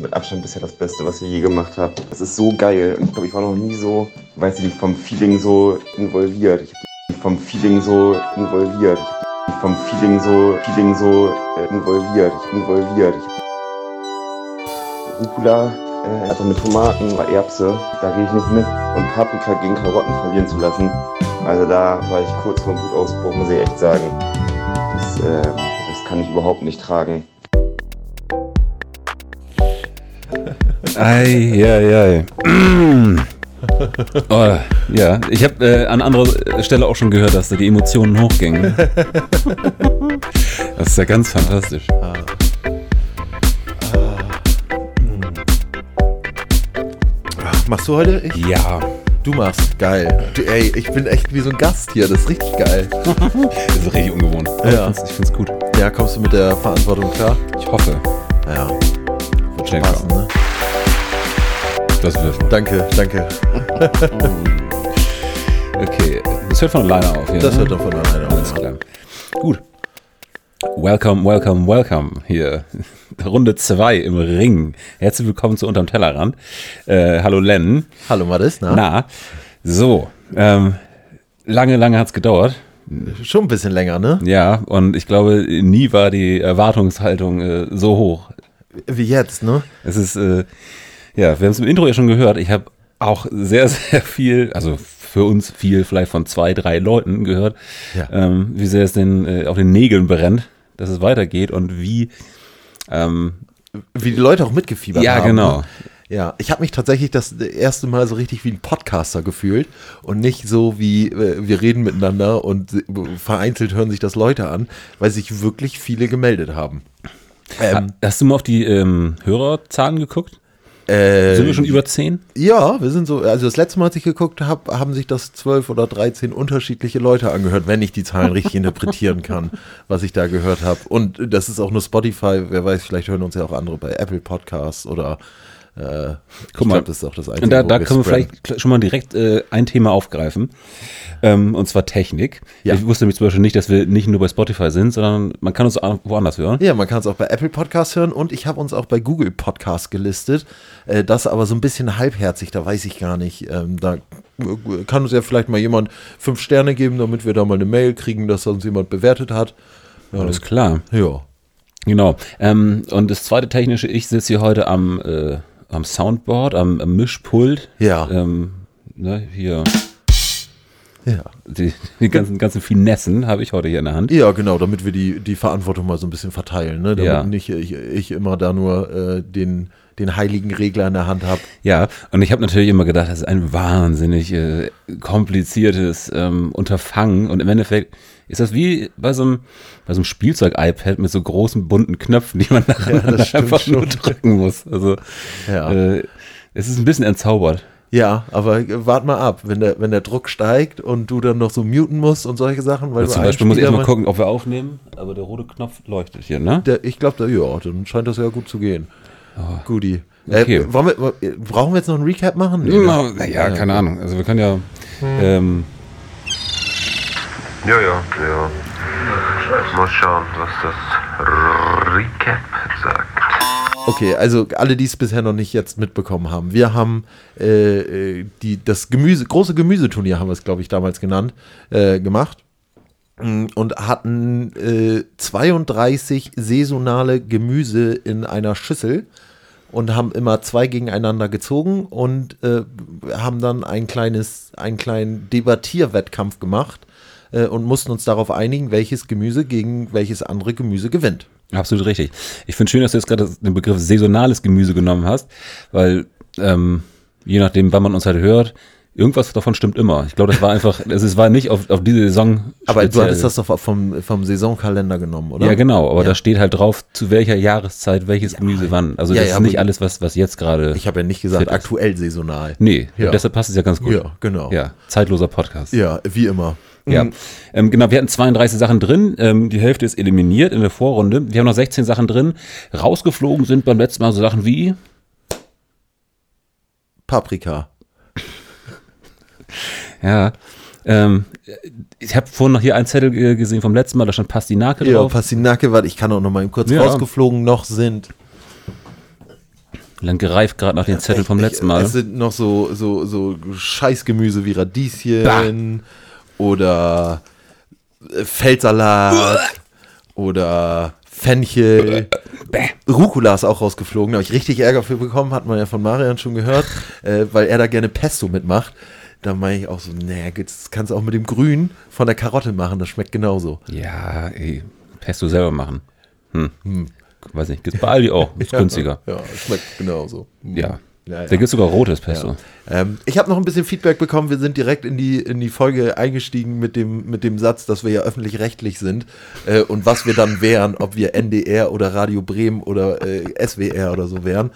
mit Abstand bisher das Beste, was ihr je gemacht habt. Das ist so geil. Und ich glaube, ich war noch nie so, weiß ich nicht, vom Feeling so involviert. Ich bin vom Feeling so involviert. Ich bin vom Feeling so, Feeling so äh, involviert. Ich bin involviert. Ich bin Rucola, äh, also mit Tomaten oder Erbse, da gehe ich nicht mit. Und Paprika gegen Karotten verlieren zu lassen, also da war ich kurz vor dem Wutausbruch, muss ich echt sagen. Das, äh, das kann ich überhaupt nicht tragen. Ei, ja, ja. Oh, ja, Mm. ich habe äh, an anderer Stelle auch schon gehört, dass da die Emotionen hochgingen. Das ist ja ganz fantastisch. Ah. Hm. Ah, Machst du heute? Ich, Ja, du machst. Geil. Du, ey, ich bin echt wie so ein Gast hier. Das ist richtig geil. das ist richtig ungewohnt. Ja. Ich find's- Ich finde es gut. Ja, kommst du mit der Verantwortung klar? Ich hoffe, Ja, wird schnell passen, kommen. ne? Das wird schon. Danke, danke. Okay, das hört von alleine auf. Ja, Das ne? hört doch von alleine auf. Alles klar. Gut. Welcome, welcome, welcome. Hier, Runde 2 im Ring. Herzlich willkommen zu Unterm Tellerrand. Äh, hallo Len. Hallo Maris, na? Na, so. Ähm, lange, lange hat's gedauert. Schon ein bisschen länger, ne? Ja, und ich glaube, nie war die Erwartungshaltung äh, so hoch. Wie jetzt, ne? Es ist, äh, ja, wir haben es im Intro ja schon gehört. Ich habe auch sehr, sehr viel, also für uns viel, vielleicht von zwei, drei Leuten gehört, Ja. ähm, wie sehr es den, äh, auf den Nägeln brennt, dass es weitergeht und wie. Ähm, Wie die Leute auch mitgefiebert Ja, haben. genau. Ne? Ja, ich habe mich tatsächlich das erste Mal so richtig wie ein Podcaster gefühlt und nicht so wie äh, wir reden miteinander und äh, vereinzelt hören sich das Leute an, weil sich wirklich viele gemeldet haben. Ähm, hast du mal auf die ähm, Hörerzahlen geguckt? äh, Sind wir schon über zehn? Ja, wir sind so, also das letzte Mal, als ich geguckt habe, haben sich das zwölf oder 13 unterschiedliche Leute angehört, wenn ich die Zahlen richtig interpretieren kann, was ich da gehört habe. Und das ist auch nur Spotify, wer weiß, vielleicht hören uns ja auch andere bei Apple Podcasts oder äh, ich glaub, das ist auch das Einzige. Und da, wo da können wir spreaden. vielleicht kl- schon mal direkt äh, ein Thema aufgreifen. Ähm, und zwar Technik. Ja. Ich wusste nämlich zum Beispiel nicht, dass wir nicht nur bei Spotify sind, sondern man kann uns auch woanders hören. Ja, man kann es auch bei Apple Podcasts hören und ich habe uns auch bei Google Podcasts gelistet. Äh, das aber so ein bisschen halbherzig, da weiß ich gar nicht. Ähm, da äh, kann uns ja vielleicht mal jemand fünf Sterne geben, damit wir da mal eine Mail kriegen, dass uns jemand bewertet hat. Ja, Alles klar. ja. Genau. Ähm, und das zweite technische, ich sitze hier heute am, äh, am Soundboard, am, am Mischpult. Ja. Ähm, ne, hier, Ja. die, die ganzen, ganzen Finessen habe ich heute hier in der Hand. ja, genau, damit wir die, die Verantwortung mal so ein bisschen verteilen, ne? damit Ja. nicht ich, ich immer da nur äh, den, den heiligen Regler in der Hand habe. Ja, und ich habe natürlich immer gedacht, das ist ein wahnsinnig äh, kompliziertes ähm, Unterfangen. Und im Endeffekt ist das wie bei so einem, bei so einem Spielzeug-iPad mit so großen bunten Knöpfen, die man nacheinander das stimmt einfach nur schon. drücken muss. Also Ja. äh, es ist ein bisschen entzaubert. Ja, aber äh, wart mal ab, wenn der, wenn der Druck steigt und du dann noch so muten musst und solche Sachen. Weil Zum du einen Beispiel muss ich Also Spieler erstmal mal- gucken, ob wir aufnehmen, aber der rote Knopf leuchtet hier, ne? Oh. Der, ich glaube, da, ja, dann scheint das ja gut zu gehen. Guti. Okay. Äh, wollen wir, äh, brauchen wir jetzt noch ein Recap machen? Nee, ne? Na, na ja, keine Ahnung. Also wir können ja. Hm. Ähm, Ja, ja, ja. Mal schauen, was das Recap sagt. Okay, also alle, die es bisher noch nicht jetzt mitbekommen haben. Wir haben äh, äh, die, das Gemüse, große Gemüseturnier, haben wir es, glaube ich, damals genannt, äh, gemacht. Mm, Und hatten äh, 32 saisonale Gemüse in einer Schüssel und haben immer zwei gegeneinander gezogen und äh, haben dann ein kleines, einen kleinen Debattierwettkampf gemacht äh, und mussten uns darauf einigen, welches Gemüse gegen welches andere Gemüse gewinnt. Absolut richtig. Ich finde schön, dass du jetzt gerade das- den Begriff saisonales Gemüse genommen hast, weil ähm, je nachdem, wann man uns halt hört, irgendwas davon stimmt immer. Ich glaube, das war einfach, es ist- war nicht auf, auf diese Saison. Aber speziell. du hattest das doch vom, vom Saisonkalender genommen, oder? Ja, genau, aber da steht halt drauf, zu welcher Jahreszeit welches Gemüse wann. Also Ja, das ja, ist nicht aber- alles, was, was jetzt gerade. Ich habe ja nicht gesagt, Fit ist. aktuell saisonal. Nee, Ja. und deshalb passt es ja ganz gut. Ja, genau. Ja, zeitloser Podcast. Ja, Mhm. wie immer. Ja, ähm, genau, wir hatten 32 Sachen drin, ähm, die Hälfte ist eliminiert in der Vorrunde. Wir haben noch 16 Sachen drin. Rausgeflogen sind beim letzten Mal so Sachen wie Paprika. Ja. Ähm, ich habe vorhin noch hier einen Zettel äh, gesehen vom letzten Mal, da stand Pastinake Ja, drauf. Pastinake, warte, ich kann auch noch mal eben kurz Ja. rausgeflogen noch sind. Lang gereift gerade nach den Zettel vom Ich- letzten Mal. Es sind noch so, so, so Scheißgemüse wie Radieschen oder äh, Feldsalat oder Fenchel. Rucola ist auch rausgeflogen, da habe ich richtig Ärger für bekommen, hat man ja von Marian schon gehört, äh, weil er da gerne Pesto mitmacht. Da meine ich auch so, naja, das kannst du auch mit dem Grün von der Karotte machen, das schmeckt genauso. Ja, ey, Pesto selber machen. Hm. Weiß nicht, gibt's bei Aldi auch, ist günstiger. Ja, schmeckt genauso. Ja. Ja, ja. Da gibt's sogar rotes Pesto. Ähm, ich habe noch ein bisschen Feedback bekommen. Wir sind direkt in die, in die Folge eingestiegen mit dem, mit dem Satz, dass wir ja öffentlich-rechtlich sind äh, und was wir dann wären, ob wir NDR oder Radio Bremen oder äh, SWR oder so wären.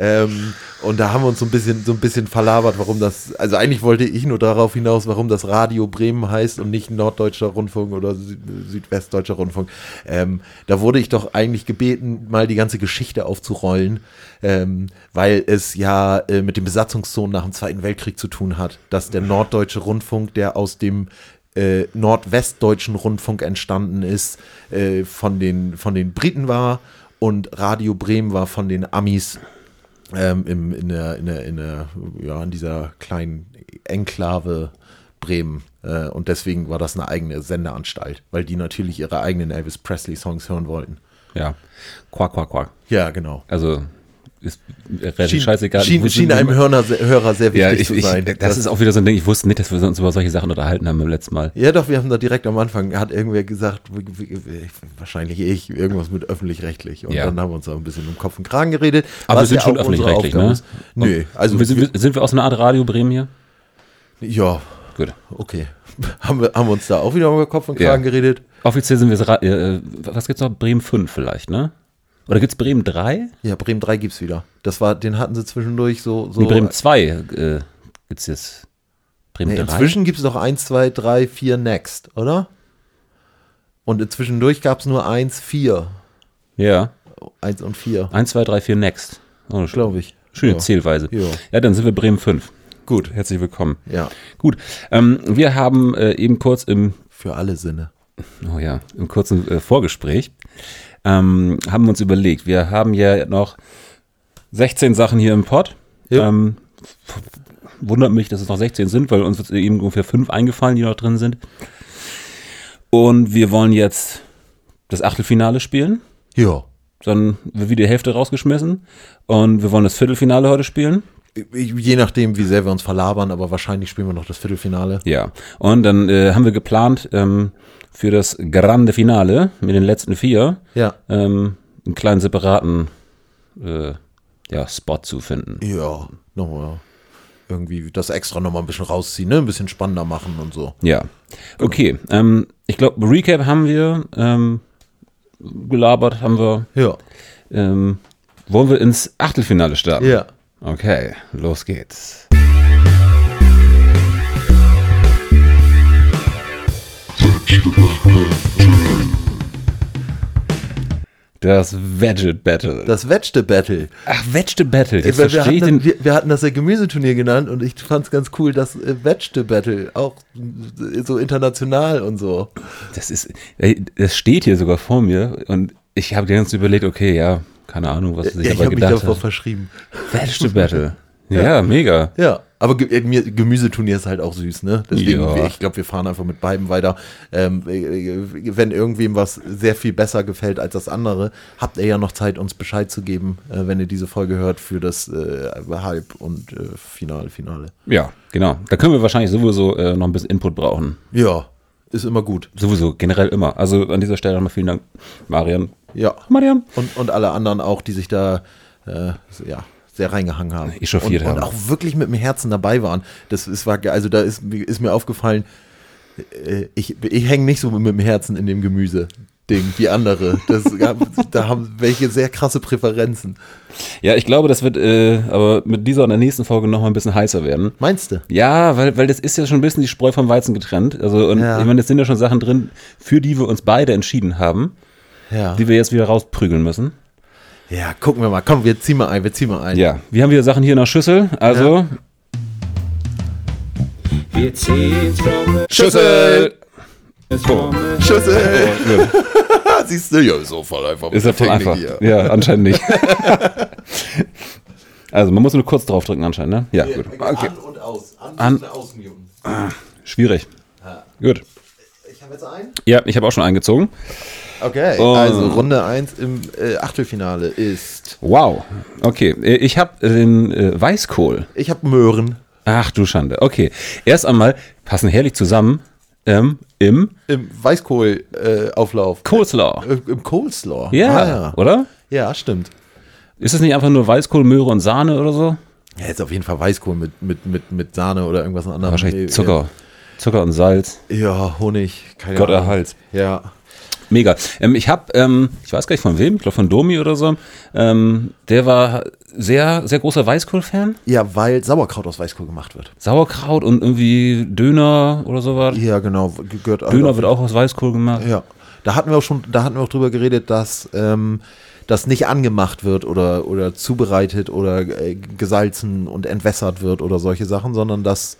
Ähm, und da haben wir uns so ein bisschen so ein bisschen verlabert, warum das, also eigentlich wollte ich nur darauf hinaus, warum das Radio Bremen heißt und nicht Norddeutscher Rundfunk oder Sü- Südwestdeutscher Rundfunk. Ähm, da wurde ich doch eigentlich gebeten, mal die ganze Geschichte aufzurollen, ähm, weil es ja äh, mit den Besatzungszonen nach dem Zweiten Weltkrieg zu tun hat, dass der Norddeutsche Rundfunk, der aus dem äh, nordwestdeutschen Rundfunk entstanden ist, äh, von, den, von den Briten war und Radio Bremen war von den Amis ähm, im, in der, in der, in der, ja, in dieser kleinen Enklave Bremen. Äh, und deswegen war das eine eigene Sendeanstalt, weil die natürlich ihre eigenen Elvis Presley Songs hören wollten. Ja. Quack, quack, quack. Ja, genau. Also, ist relativ scheißegal. Ich schien, wusste schien nicht- einem Hörner, Hörer sehr ja, wichtig ich, zu ich, sein. das, ist auch wieder so ein Ding, ich wusste nicht, dass wir uns über solche Sachen unterhalten haben beim letzten Mal. ja, doch, wir haben da direkt am Anfang, hat irgendwer gesagt, w- w- w- wahrscheinlich ich, irgendwas mit öffentlich-rechtlich. Und Ja. dann haben wir uns da ein bisschen um Kopf und Kragen geredet. Aber wir was sind ja schon auch unsere öffentlich-rechtlich, Aufgabe ne? ist. Nö, also, wir, sind, wir, sind wir aus einer Art Radio Bremen hier? ja, Gut. okay. Haben wir, haben wir uns da auch wieder um Kopf und Kragen Ja. geredet? Offiziell sind wir, Ra- äh, was gibt's noch? Bremen 5 vielleicht, ne? Oder gibt's Bremen 3? Ja, Bremen 3 gibt's wieder. Das war, den hatten sie zwischendurch so. so Nee, Bremen 2 äh, gibt's jetzt. Bremen Nee, 3? inzwischen gibt's doch 1, 2, 3, 4 Next, oder? Und inzwischendurch gab's nur 1, 4. Ja. 1 und 4, 1, 2, 3, 4, next. Oh, sch glaube ich. schöne ja. Zählweise. Ja. Ja. dann sind wir Bremen 5. Gut, herzlich willkommen. Ja, Gut, ähm, wir haben äh, eben kurz im, für alle Sinne. oh ja, im kurzen äh, Vorgespräch, ähm, haben wir uns überlegt, wir haben ja noch 16 Sachen hier im Pod. Ja. Ähm, f- wundert mich, dass es noch 16 sind, weil uns jetzt eben ungefähr 5 eingefallen, die noch drin sind. Und wir wollen jetzt das Achtelfinale spielen. Ja. Dann wird wieder die Hälfte rausgeschmissen. Und wir wollen das Viertelfinale heute spielen. Ich- Je nachdem, wie sehr wir uns verlabern, aber wahrscheinlich spielen wir noch das Viertelfinale. Ja. Und dann äh, haben wir geplant ähm, für das Grande Finale mit den letzten vier Ja. ähm, einen kleinen separaten äh, ja, Spot zu finden. Ja, nochmal. Irgendwie das extra nochmal ein bisschen rausziehen, ne? Ein bisschen spannender machen und so. Ja. Okay. Ähm, ich glaube, Recap haben wir ähm, gelabert, haben wir. Ja. Ähm, wollen wir ins Achtelfinale starten? Ja. Okay, los geht's. Das Veget Battle. Das Wedgete Battle. Ach, Veget Battle. Jetzt Weil wir, verstehe ich hatten, den. wir, wir hatten das ja Gemüseturnier genannt und ich fand es ganz cool, dass äh, Vegetable Battle auch äh, so international und so. Das ist, ey, das steht hier sogar vor mir und ich habe ganz überlegt, okay, ja, keine Ahnung, was ich Ja, ich dabei habe mich gedacht davor habe. verschrieben. Veget Battle. Ja, mega. Ja, aber Ge äh, mir- Gemüseturnier ist halt auch süß, ne? Deswegen, Ja. ich glaube, wir fahren einfach mit beiden weiter. Ähm, äh, wenn irgendwem was sehr viel besser gefällt als das andere, habt ihr ja noch Zeit, uns Bescheid zu geben, äh, wenn ihr diese Folge hört für das äh, Halb- und äh, Finale, Finale. Ja, genau. Da können wir wahrscheinlich sowieso äh, noch ein bisschen Input brauchen. Ja, ist immer gut. Sowieso, generell immer. Also an dieser Stelle nochmal vielen Dank, Marian. Ja. Marian. Und, und alle anderen auch, die sich da äh, ja, sehr reingehangen haben. Echauffiert und, Und haben. auch wirklich mit dem Herzen dabei waren. Das ist, war, ge- also da ist, ist mir aufgefallen, äh, ich, ich hänge nicht so mit dem Herzen in dem Gemüse. Ding, wie andere. Das, gab- da haben welche sehr krasse Präferenzen. Ja, ich glaube, das wird äh, aber mit dieser und der nächsten Folge nochmal ein bisschen heißer werden. Meinst du? Ja, weil, weil das ist ja schon ein bisschen die Spreu vom Weizen getrennt. Also, und Ja. ich meine, es sind ja schon Sachen drin, für die wir uns beide entschieden haben, Ja. die wir jetzt wieder rausprügeln müssen. Ja, gucken wir mal. Komm, wir ziehen mal ein, wir ziehen mal ein. Ja, wir haben wieder Sachen hier in der Schüssel. Also, Schüssel! Schüssel! Siehst du, ja, ist so voll einfach. Ist ja voll Technik einfach. hier. Ja, anscheinend nicht. Also man muss nur kurz draufdrücken anscheinend, ne? Ja, gut. Okay. An und aus. An, An- und aus muten. Schwierig. Gut. Ich habe jetzt einen. Ja, ich habe auch schon eingezogen. Okay, Oh. also Runde 1 im äh, Achtelfinale ist. Wow. Okay, äh, ich habe den äh, Weißkohl. Ich habe Möhren Ach du Schande. Okay. Erst einmal passen herrlich zusammen ähm, im im Weißkohlauflauf. Äh, Auflauf. Coleslaw. Äh, Im Coleslaw. Ja, Ah, ja. oder? ja, stimmt. Ist es nicht einfach nur Weißkohl, Möhre und Sahne oder so? Ja, jetzt auf jeden Fall Weißkohl mit, mit, mit, mit Sahne oder irgendwas anderem. Wahrscheinlich Nee, Zucker. Zucker und Salz. Ja, ja Honig. Keine Gott Ahnung. erhalt's. Ja. Mega. Ähm, ich habe, ähm, ich weiß gar nicht von wem, ich glaube von Domi oder so, ähm, der war sehr, sehr großer Weißkohl-Fan. ja, weil Sauerkraut aus Weißkohl gemacht wird. Sauerkraut und irgendwie Döner oder sowas. Ja, genau. ge- Gehört Döner wird auch aus Weißkohl gemacht. Ja, da hatten wir auch schon, da hatten wir auch drüber geredet, dass ähm, das nicht angemacht wird oder, oder zubereitet oder äh, gesalzen und entwässert wird oder solche Sachen, sondern dass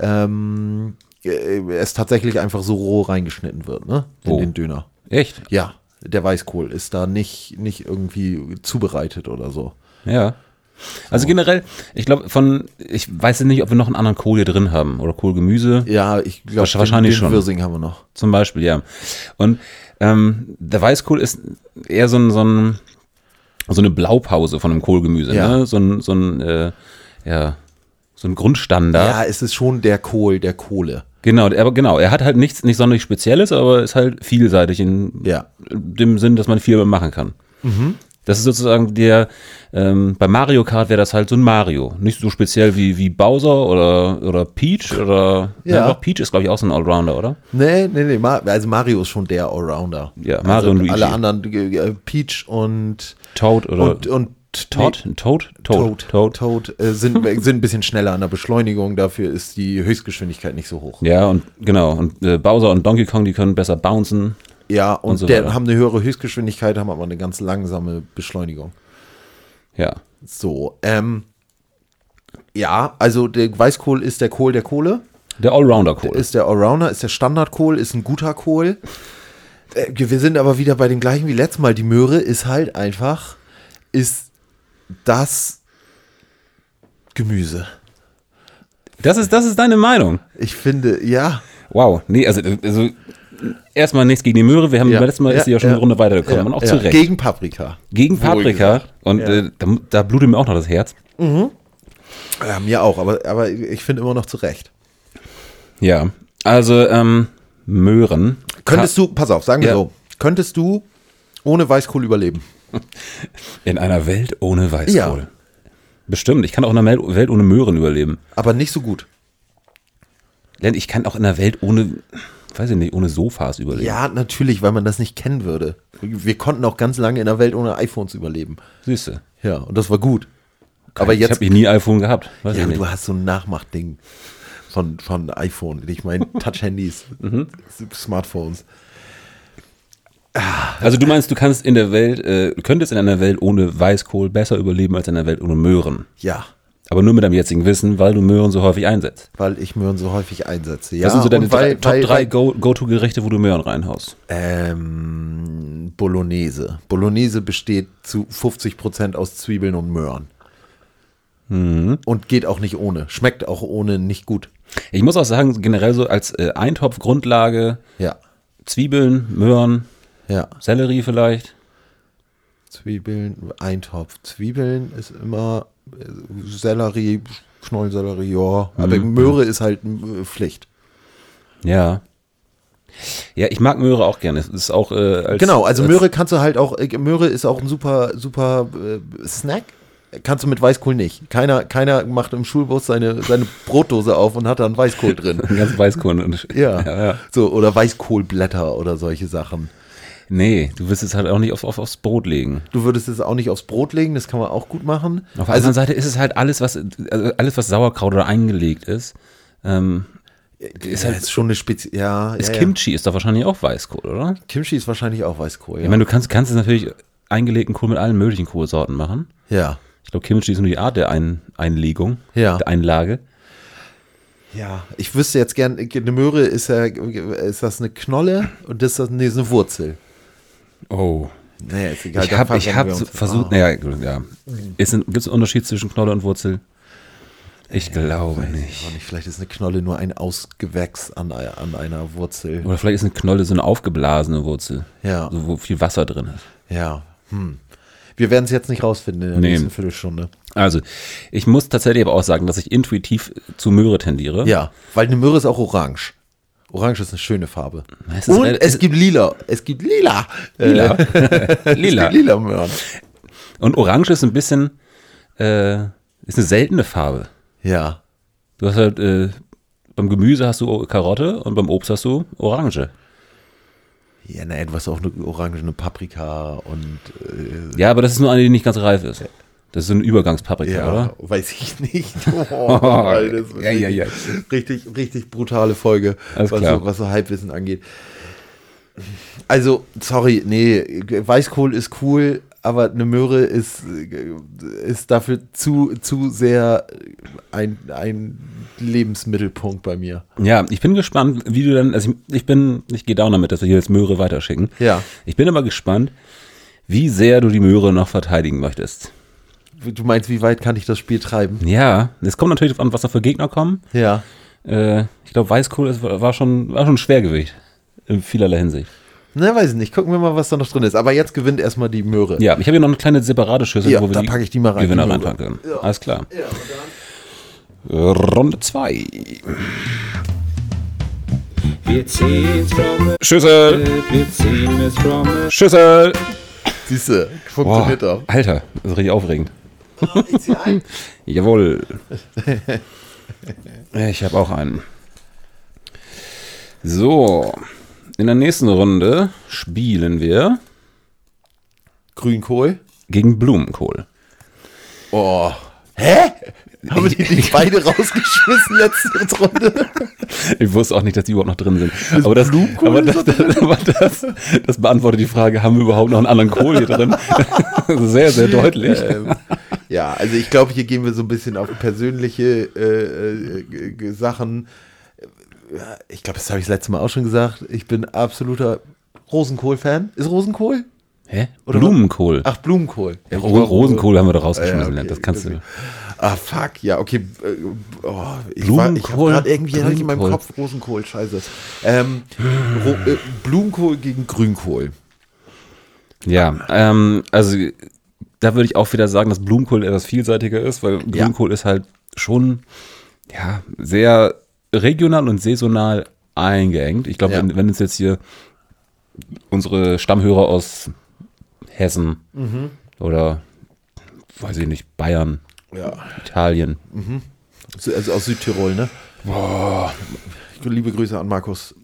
ähm, äh, es tatsächlich einfach so roh reingeschnitten wird, ne? In Wo? den Döner. Echt? Ja, der Weißkohl ist da nicht, nicht irgendwie zubereitet oder so. Ja. Also generell, ich glaube von, ich weiß jetzt nicht, ob wir noch einen anderen Kohl hier drin haben oder Kohlgemüse. Ja, ich glaube, Wahrscheinlich schon. Würsing haben wir noch. Zum Beispiel, ja. Und ähm, der Weißkohl ist eher so, ein, so, ein, so eine Blaupause von einem Kohlgemüse. Ja. Ne? So ein, so ein, äh, ja, so ein Grundstandard. Ja, es ist schon der Kohl, der Kohle. Genau, aber genau, er hat halt nichts, nicht sonderlich Spezielles, aber ist halt vielseitig in Ja. Mhm. dem Sinn, dass man viel machen kann. Das ist sozusagen der, ähm, bei Mario Kart wäre das halt so ein Mario. Nicht so speziell wie, wie Bowser oder, oder Peach oder, Ja. Nein, doch, Peach ist glaube ich auch so ein Allrounder, oder? Nee, nee, nee. Ma also Mario ist schon der Allrounder. Also Ja, Mario und Luigi. Alle anderen, äh, Peach und, Toad oder und, und Todd? Nee, Toad? Toad. Toad, Toad, äh, sind, sind ein bisschen schneller an der Beschleunigung. Dafür ist die Höchstgeschwindigkeit nicht so hoch. Ja, und genau. Und äh, Bowser und Donkey Kong, die können besser bouncen. Ja, und, so der, weiter. haben eine höhere Höchstgeschwindigkeit, haben aber eine ganz langsame Beschleunigung. Ja. So, ähm, ja, also der Weißkohl ist der Kohl der Kohle. Der Allrounder-Kohl. ist der Allrounder, ist der Standardkohl, ist ein guter Kohl. Äh, Wir sind aber wieder bei dem gleichen wie letztes Mal. Die Möhre ist halt einfach, ist das Gemüse. Das ist, das ist deine Meinung. Ich finde, ja. Wow. Nee, also, also erstmal nichts gegen die Möhre. Wir haben Ja, beim letzten Mal ja, ist sie ja schon eine ja, Runde weitergekommen. ja, und auch ja. zu Recht. Gegen Paprika. Gegen Paprika. Und äh, da, da blutet mir auch noch das Herz. Ja, mir auch, aber, aber ich finde immer noch zu Recht. Ja. Also, ähm, Möhren. Könntest du, pass auf, sagen wir Ja. so, könntest du ohne Weißkohl überleben? In einer Welt ohne Weißkohl. Bestimmt. Ich kann auch in einer Mel- Welt ohne Möhren überleben. Aber nicht so gut. Denn ich kann auch in einer Welt ohne, weiß ich nicht, ohne Sofas überleben. Ja, natürlich, weil man das nicht kennen würde. Wir konnten auch ganz lange in der Welt ohne iPhones überleben. Süße. Ja, und das war gut. Aber ich jetzt, habe nie iPhone gehabt. Weiß ich ja, aber nicht. du hast so ein Nachmachding von, von iPhone. Ich meine, Touch-Handys, Mhm. Smartphones. Also du meinst, du kannst in der Welt, äh, du könntest in einer Welt ohne Weißkohl besser überleben als in einer Welt ohne Möhren. Ja, Aber nur mit deinem jetzigen Wissen, weil du Möhren so häufig einsetzt. weil ich Möhren so häufig einsetze. Ja, Das sind so deine und weil, drei, weil, Top 3 Go- Go-To-Gerichte, wo du Möhren reinhaust. Ähm, Bolognese. Bolognese besteht zu 50% aus Zwiebeln und Möhren. Mhm. Und geht auch nicht ohne. Schmeckt auch ohne nicht gut. Ich muss auch sagen, generell so als äh, Eintopf-Grundlage Ja, Zwiebeln, Möhren, ja. Sellerie vielleicht. Zwiebeln, Eintopf. Zwiebeln ist immer äh, Sellerie, Knollsellerie, ja. Aber Mhm. Möhre ist halt äh, Pflicht. Ja. Ja, ich mag Möhre auch gerne. Es ist auch äh, als, Genau, also als, Möhre kannst du halt auch, äh, Möhre ist auch ein super, super äh, Snack. Kannst du mit Weißkohl nicht. Keiner, keiner macht im Schulbus seine, seine Brotdose auf und hat dann Weißkohl drin. Ganz Weißkohl. Und, Ja. ja, ja. So, oder Weißkohlblätter oder solche Sachen. Nee, du wirst es halt auch nicht auf, auf, aufs Brot legen. Du würdest es auch nicht aufs Brot legen, das kann man auch gut machen. Also, Auf der anderen Seite ist es halt alles, was also alles, was Sauerkraut oder eingelegt ist. Ähm, ist halt ist schon eine Spezi Ja, ist ja, ja. Kimchi ist doch wahrscheinlich auch Weißkohl, oder? Kimchi ist wahrscheinlich auch Weißkohl. Ich Ja. meine, du kannst, kannst es natürlich eingelegten Kohl mit allen möglichen Kohlsorten machen. ja. Ich glaube, Kimchi ist nur die Art der ein Einlegung, Ja. der Einlage. Ja, ich wüsste jetzt gern, äh, eine Möhre ist ja, ist das eine Knolle und das ist, nee, ist eine Wurzel. Oh. Naja, ist egal. Ich dann habe ich verbrennen hab wir so uns. versucht, Ah. naja, gut, ja. Gibt es einen Unterschied zwischen Knolle und Wurzel? Ich glaube Auch nicht. Oh, nicht. Vielleicht ist eine Knolle nur ein Ausgewächs an, ei- an einer Wurzel. Oder vielleicht ist eine Knolle so eine aufgeblasene Wurzel, Ja. so, wo viel Wasser drin ist. Ja. Hm. Wir werden es jetzt nicht rausfinden in der Nee. nächsten Viertelstunde. Also, ich muss tatsächlich aber auch sagen, dass ich intuitiv zu Möhre tendiere. Ja, weil eine Möhre ist auch orange. Orange ist eine schöne Farbe. Es ist Und rel- es gibt lila. Es gibt lila. Äh, Lila. Es Lila. gibt lila Möhren. Und Orange ist ein bisschen, äh, ist eine seltene Farbe. Ja. Du hast halt, äh, beim Gemüse hast du Karotte und beim Obst hast du Orange. Ja, na, du hast auch eine orange, eine Paprika und äh, Ja, aber das ist nur eine, die nicht ganz reif ist. Das ist so eine Übergangspaprika, oder? weiß ich nicht. Oh, Mann, das wird Ja, ja, ja. Richtig, richtig brutale Folge, Alles was, klar. So, was so Halbwissen angeht. Also, sorry, nee, Weißkohl ist cool, aber eine Möhre ist, ist dafür zu, zu sehr ein, ein Lebensmittelpunkt bei mir. Ja, ich bin gespannt, wie du dann, also ich, ich bin, ich gehe down damit, dass wir hier jetzt Möhre weiterschicken. Ja. Ich bin aber gespannt, wie sehr du die Möhre noch verteidigen möchtest. Du meinst, wie weit kann ich das Spiel treiben? Ja, es kommt natürlich an, was da für Gegner kommen. Ja. Äh, ich glaube, Weißkohl ist, war schon, war schon ein Schwergewicht. In vielerlei Hinsicht. Na, weiß ich nicht. Gucken wir mal, was da noch drin ist. Aber jetzt gewinnt erstmal die Möhre. Ja, ich habe hier noch eine kleine separate Schüssel, Ja, wo wir da die packe ich die mal rein, Genau. Gewinner die Möhre. reinpacken können. Alles klar. Runde 2. Wir ziehen's from the Schüssel, hood, wir ziehen es from the Schüssel. Siehst du, Boah, funktioniert doch. Alter, das ist richtig aufregend. Ah, Jawohl. Ich habe auch einen. So, in der nächsten Runde spielen wir Grünkohl. gegen Blumenkohl. Oh. Hä? Haben wir die, die beide rausgeschmissen letzte Runde? Ich wusste auch nicht, dass die überhaupt noch drin sind. aber das, aber das, das, aber das, das beantwortet die Frage, haben wir überhaupt noch einen anderen Kohl hier drin? sehr, sehr deutlich. ähm, ja, also ich glaube, hier gehen wir so ein bisschen auf persönliche äh, äh, g- g- Sachen. Ja, Ich glaube, das habe ich das letzte Mal auch schon gesagt. Ich bin absoluter Rosenkohl-Fan. Ist Rosenkohl? Hä? Oder- Blumenkohl. Ach, Blumenkohl. Ja, Ich Ro- glaub, Rosenkohl haben wir doch Ja, rausgeschmissen. okay, das kannst du. deswegen. Ah, fuck, ja, okay. äh, Oh, ich war- ich habe Blumenkohl, gerade irgendwie hab ich in meinem Grünkohl. Kopf Rosenkohl, scheiße. Ähm, Ro äh, Blumenkohl gegen Grünkohl. Ja, ähm, also da würde ich auch wieder sagen, dass Blumenkohl etwas vielseitiger ist, weil Ja. Grünkohl ist halt schon ja, sehr regional und saisonal eingeengt. Ich glaube, Ja. wenn, wenn uns jetzt hier unsere Stammhörer aus Hessen Mhm. oder weiß ich nicht, Bayern, Ja. Italien. So, Also aus Südtirol, ne? Boah. Liebe Grüße an Markus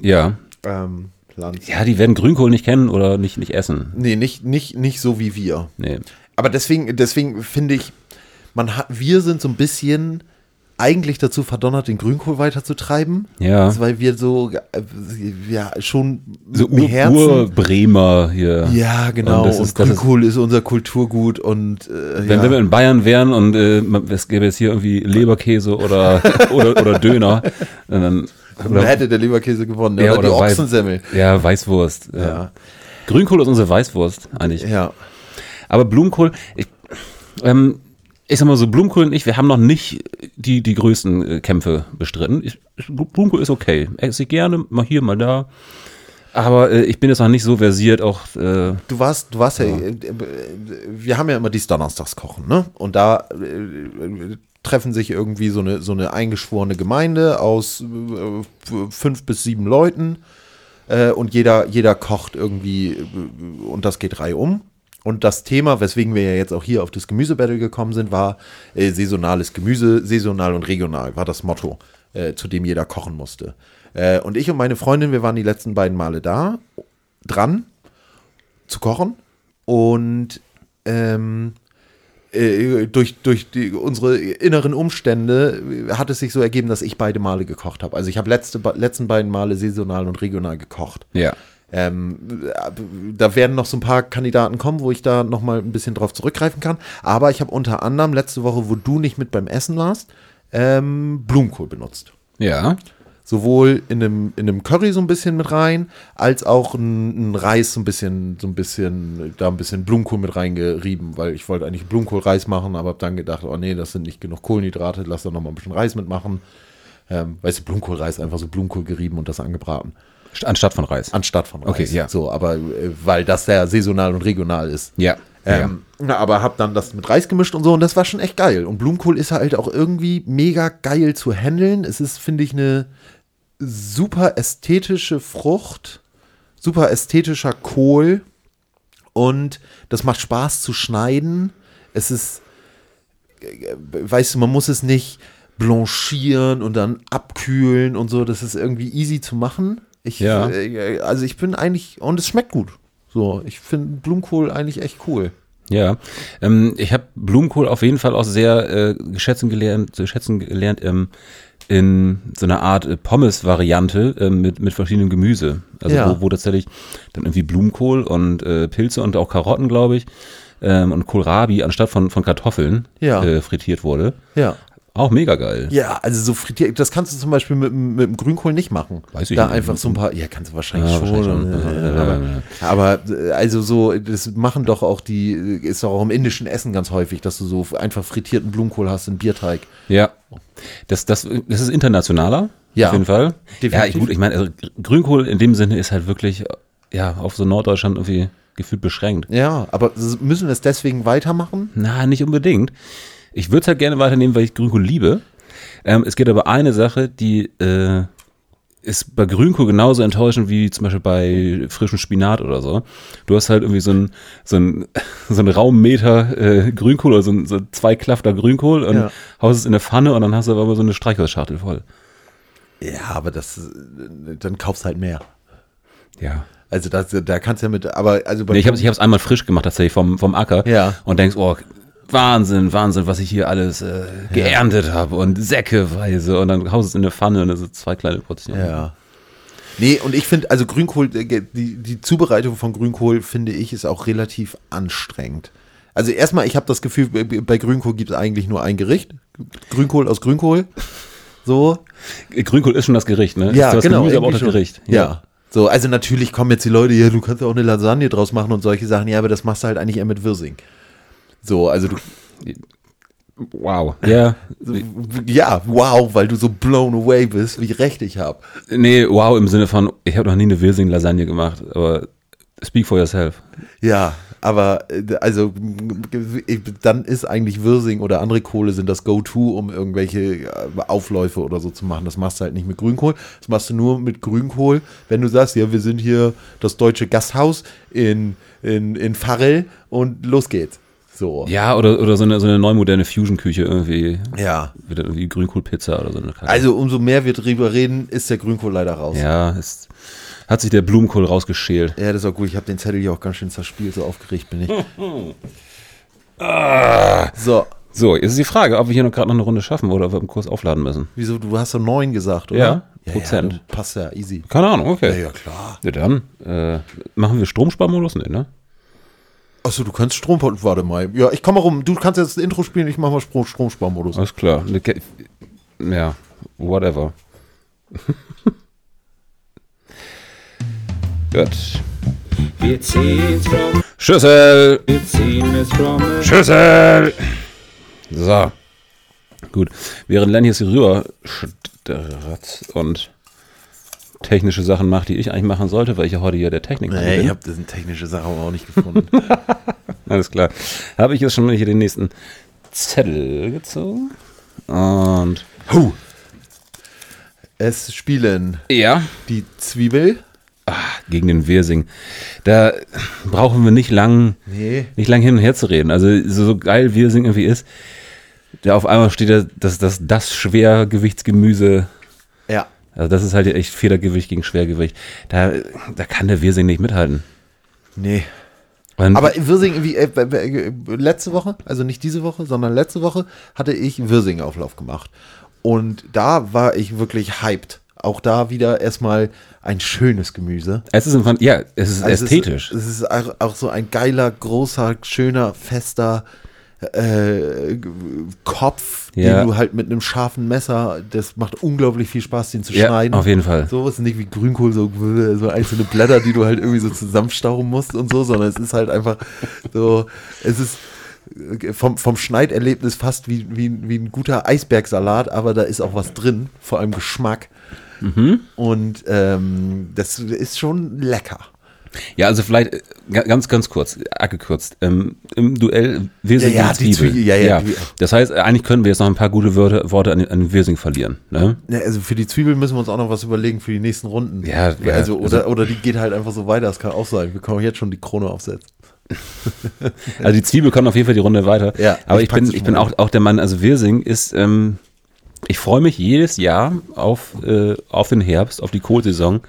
Ja. ähm, Lanz. Ja, die werden Grünkohl nicht kennen oder nicht, nicht essen. Nee, nicht, nicht, nicht so wie wir. Nee. Aber deswegen, deswegen finde ich, man hat, wir sind so ein bisschen eigentlich dazu verdonnert, den Grünkohl weiterzutreiben. Ja. Also, weil wir so, äh, ja, schon So mit dem Herzen- Ur- Ur-Bremer hier. Ja, Und genau. Und, das ist- das ist- Grünkohl ist, unser Kulturgut und äh, Wenn, ja. wenn wir in Bayern wären und äh, man- es gäbe jetzt hier irgendwie Leberkäse oder, oder, oder Döner, dann, dann oder, hätte der Leberkäse gewonnen ja, oder, die Weiß- Ochsensemmel. Ja, Weißwurst. Ja. Ja. Grünkohl ist unsere Weißwurst eigentlich. Ja. Aber Blumenkohl, ich, ähm, ich sag mal so, Blumenkohl und ich, wir haben noch nicht die, die größten äh, Kämpfe bestritten. Ich, Blumenkohl ist okay. Esse ich gerne, mal hier, mal da. Aber äh, ich bin jetzt noch nicht so versiert, auch äh, Du warst, du warst ja, äh, äh, wir haben ja immer dieses Donnerstagskochen, ne? Und da äh, äh, treffen sich irgendwie so eine, so eine eingeschworene Gemeinde aus äh, fünf bis sieben Leuten äh, und jeder, jeder kocht irgendwie äh, und das geht reihum. Und das Thema, weswegen wir ja jetzt auch hier auf das Gemüsebattle gekommen sind, war äh, saisonales Gemüse, saisonal und regional, war das Motto, äh, zu dem jeder kochen musste. Äh, und ich und meine Freundin, wir waren die letzten beiden Male da, dran, zu kochen und ähm, äh, durch, durch die, unsere inneren Umstände hat es sich so ergeben, dass ich beide Male gekocht habe. Also ich habe letzte, be- letzten beiden Male saisonal und regional gekocht. ja. Ähm, da werden noch so ein paar Kandidaten kommen, wo ich da noch mal ein bisschen drauf zurückgreifen kann. Aber ich habe unter anderem letzte Woche, wo du nicht mit beim Essen warst, ähm, Blumenkohl benutzt. Ja. sowohl in einem, in einem Curry so ein bisschen mit rein, als auch ein, ein Reis so ein bisschen, so ein bisschen, da ein bisschen Blumenkohl mit reingerieben, weil ich wollte eigentlich Blumenkohlreis machen, aber habe dann gedacht, oh nee, das sind nicht genug Kohlenhydrate, lass da nochmal ein bisschen Reis mitmachen. Ähm, weißt du, Blumenkohlreis, einfach so Blumenkohl gerieben und das angebraten. Anstatt von Reis. Anstatt von Reis. Okay, ja. So, aber äh, weil das ja saisonal und regional ist. ja. Ähm, Na, aber hab dann das mit Reis gemischt und so und das war schon echt geil. Und Blumenkohl ist halt auch irgendwie mega geil zu handeln. Es ist, finde ich, eine super ästhetische Frucht, super ästhetischer Kohl und das macht Spaß zu schneiden. Es ist, äh, weißt du, man muss es nicht blanchieren und dann abkühlen und so. Das ist irgendwie easy zu machen. Ich, Ja. äh, also ich bin eigentlich, und es schmeckt gut. So, ich finde Blumenkohl eigentlich echt cool. Ja, ähm, ich habe Blumenkohl auf jeden Fall auch sehr äh, geschätzt und gelernt, zu schätzen gelernt ähm, in so einer Art äh, Pommes-Variante ähm, mit, mit verschiedenen Gemüse. Also Ja. wo, wo tatsächlich dann irgendwie Blumenkohl und äh, Pilze und auch Karotten, glaube ich, ähm, und Kohlrabi anstatt von, von Kartoffeln Ja. äh, frittiert wurde. Ja. Auch mega geil. Ja, also so frittiert, das kannst du zum Beispiel mit, mit dem Grünkohl nicht machen. Weiß ich da nicht. einfach so ein paar, ja, kannst du wahrscheinlich Ja, schon. wahrscheinlich schon. äh, Ja, aber, ja, ja. aber äh, also so, das machen doch auch die, ist doch auch im indischen Essen ganz häufig, dass du so einfach frittierten Blumenkohl hast in Bierteig. Ja. Das, das, das ist internationaler. Ja. Auf jeden Fall. Definitiv. Ja, ich, gut, ich meine, also Grünkohl in dem Sinne ist halt wirklich, ja, auf so Norddeutschland irgendwie gefühlt beschränkt. Ja, aber s- müssen wir es deswegen weitermachen? Na, nicht unbedingt. Ich würde es halt gerne weiternehmen, weil ich Grünkohl liebe. Ähm, es geht aber eine Sache, die äh, ist bei Grünkohl genauso enttäuschend wie zum Beispiel bei frischem Spinat oder so. Du hast halt irgendwie so einen so einen- so einen Raummeter äh, Grünkohl oder so, ein- so zwei Klafter Grünkohl und Ja. haust es in der Pfanne und dann hast du aber immer so eine Streichholzschachtel voll. Ja, aber das, äh, dann kaufst halt mehr. Ja. Also das, da kannst du ja mit, aber also bei Nee, ich habe es ich hab's einmal frisch gemacht, tatsächlich vom, vom Acker. Ja. Und denkst, oh, Wahnsinn, Wahnsinn, was ich hier alles äh, geerntet habe und säckeweise. Und dann haust du es in eine Pfanne und das sind zwei kleine Portionen. Ja. Nee, und ich finde, also Grünkohl, äh, ge- die, die Zubereitung von Grünkohl, finde ich, ist auch relativ anstrengend. Also erstmal, ich habe das Gefühl, bei- bei Grünkohl gibt es eigentlich nur ein Gericht. Grünkohl aus Grünkohl. So. Grünkohl ist schon das Gericht, ne? ist das Gemüse, aber auch genau, irgendwie das schon. Gericht. Ja. So, also natürlich kommen jetzt die Leute, ja, du kannst ja auch eine Lasagne draus machen und solche Sachen. Ja, aber das machst du halt eigentlich eher mit Wirsing. So, also du, Wow. Ja. ja, wow, weil du so blown away bist, wie ich recht ich habe. Nee, wow, im Sinne von, ich habe noch nie eine Wirsing-Lasagne gemacht, aber speak for yourself. Ja, aber äh, also m- m- ich- dann ist eigentlich Wirsing oder andere Kohle sind das Go-To, um irgendwelche äh, Aufläufe oder so zu machen. Das machst du halt nicht mit Grünkohl. Das machst du nur mit Grünkohl, wenn du sagst, ja, wir sind hier das deutsche Gasthaus in, in, in Farrell und los geht's. So. Ja, oder, oder so eine, so eine neumoderne Fusion-Küche irgendwie. ja. Wird dann irgendwie Grünkohlpizza oder so eine Kacke. Also umso mehr wir drüber reden, ist der Grünkohl leider raus. Ja, ist, hat sich der Blumenkohl rausgeschält. Ja, das ist auch gut. Ich habe den Zettel hier auch ganz schön zerspielt, so aufgeregt bin ich. Ah. so, So, jetzt ist die Frage, ob wir hier noch gerade noch eine Runde schaffen oder ob wir im Kurs aufladen müssen. wieso? Du hast doch neun gesagt, oder? Ja, Ja, Prozent. dann passt ja, easy. Keine Ahnung, okay. klar. Ja, dann äh, machen wir Stromsparmodus? Nee, ne? Achso, du kannst Strom. Warte mal. Ja, ich komme rum. Du kannst jetzt das Intro spielen, ich mache mal Strom Stromsparmodus. Alles klar. Ne, ke- Ja, whatever. Gut. Wir ziehen's fromm, Schüssel! wir ziehen es fromm. Schüssel! So. Gut. Während Len jetzt hier rüber stratzt und technische Sachen macht, die ich eigentlich machen sollte, weil ich ja heute hier der Technik bin. habe diese technische Sache aber auch nicht gefunden. Alles klar. Habe ich jetzt schon mal hier den nächsten Zettel gezogen. Und. Huh. Es spielen Ja. die Zwiebel. Ah, Gegen den Wirsing. Da brauchen wir nicht lang, Nee. nicht lang hin und her zu reden. Also, so, so geil Wirsing irgendwie ist, da auf einmal steht da das, das, das Schwergewichtsgemüse. Ja. Also, das ist halt echt Federgewicht gegen Schwergewicht. Da, da kann der Wirsing nicht mithalten. Nee. Und- Aber Wirsing, irgendwie, äh, b- b- letzte Woche, also nicht diese Woche, sondern letzte Woche, hatte ich Wirsing-Auflauf gemacht. Und da war ich wirklich hyped. Auch da wieder erstmal ein schönes Gemüse. es ist, im Prinzip- ja, es ist Also ästhetisch. Es ist, es ist auch, auch so ein geiler, großer, schöner, fester, äh, G- Kopf, Ja. den du halt mit einem scharfen Messer, das macht unglaublich viel Spaß, den zu Ja, schneiden. auf jeden Fall. So ist nicht wie Grünkohl, so, so einzelne Blätter, die du halt irgendwie so zusammenstauchen musst und so, sondern es ist halt einfach so, es ist äh, vom, vom Schneiderlebnis fast wie, wie, wie ein guter Eisbergsalat, aber da ist auch was drin, vor allem Geschmack. Mhm. Und ähm, das ist schon lecker. Ja, also vielleicht äh, ga- ganz, ganz kurz, äh, abgekürzt. Ähm, Im Duell Wirsing Ja, ja, gegen die Zwiebel. Zwiebel, ja, ja, die- Das heißt, äh, eigentlich können wir jetzt noch ein paar gute Wörter, Worte an, an Wirsing verlieren. Ne? Ja, also für die Zwiebel müssen wir uns auch noch was überlegen für die nächsten Runden. Ja, ja, also, oder, also- oder die geht halt einfach so weiter, das kann auch sein. Wir können jetzt schon die Krone aufsetzen. Also die Zwiebel kommt auf jeden Fall die Runde weiter. Ja, Aber ich ich, bin, pack's ich bin auch, schon. auch der Mann, also Wirsing ist, ähm, ich freue mich jedes Jahr auf, äh, auf den Herbst, auf die Kohlsaison,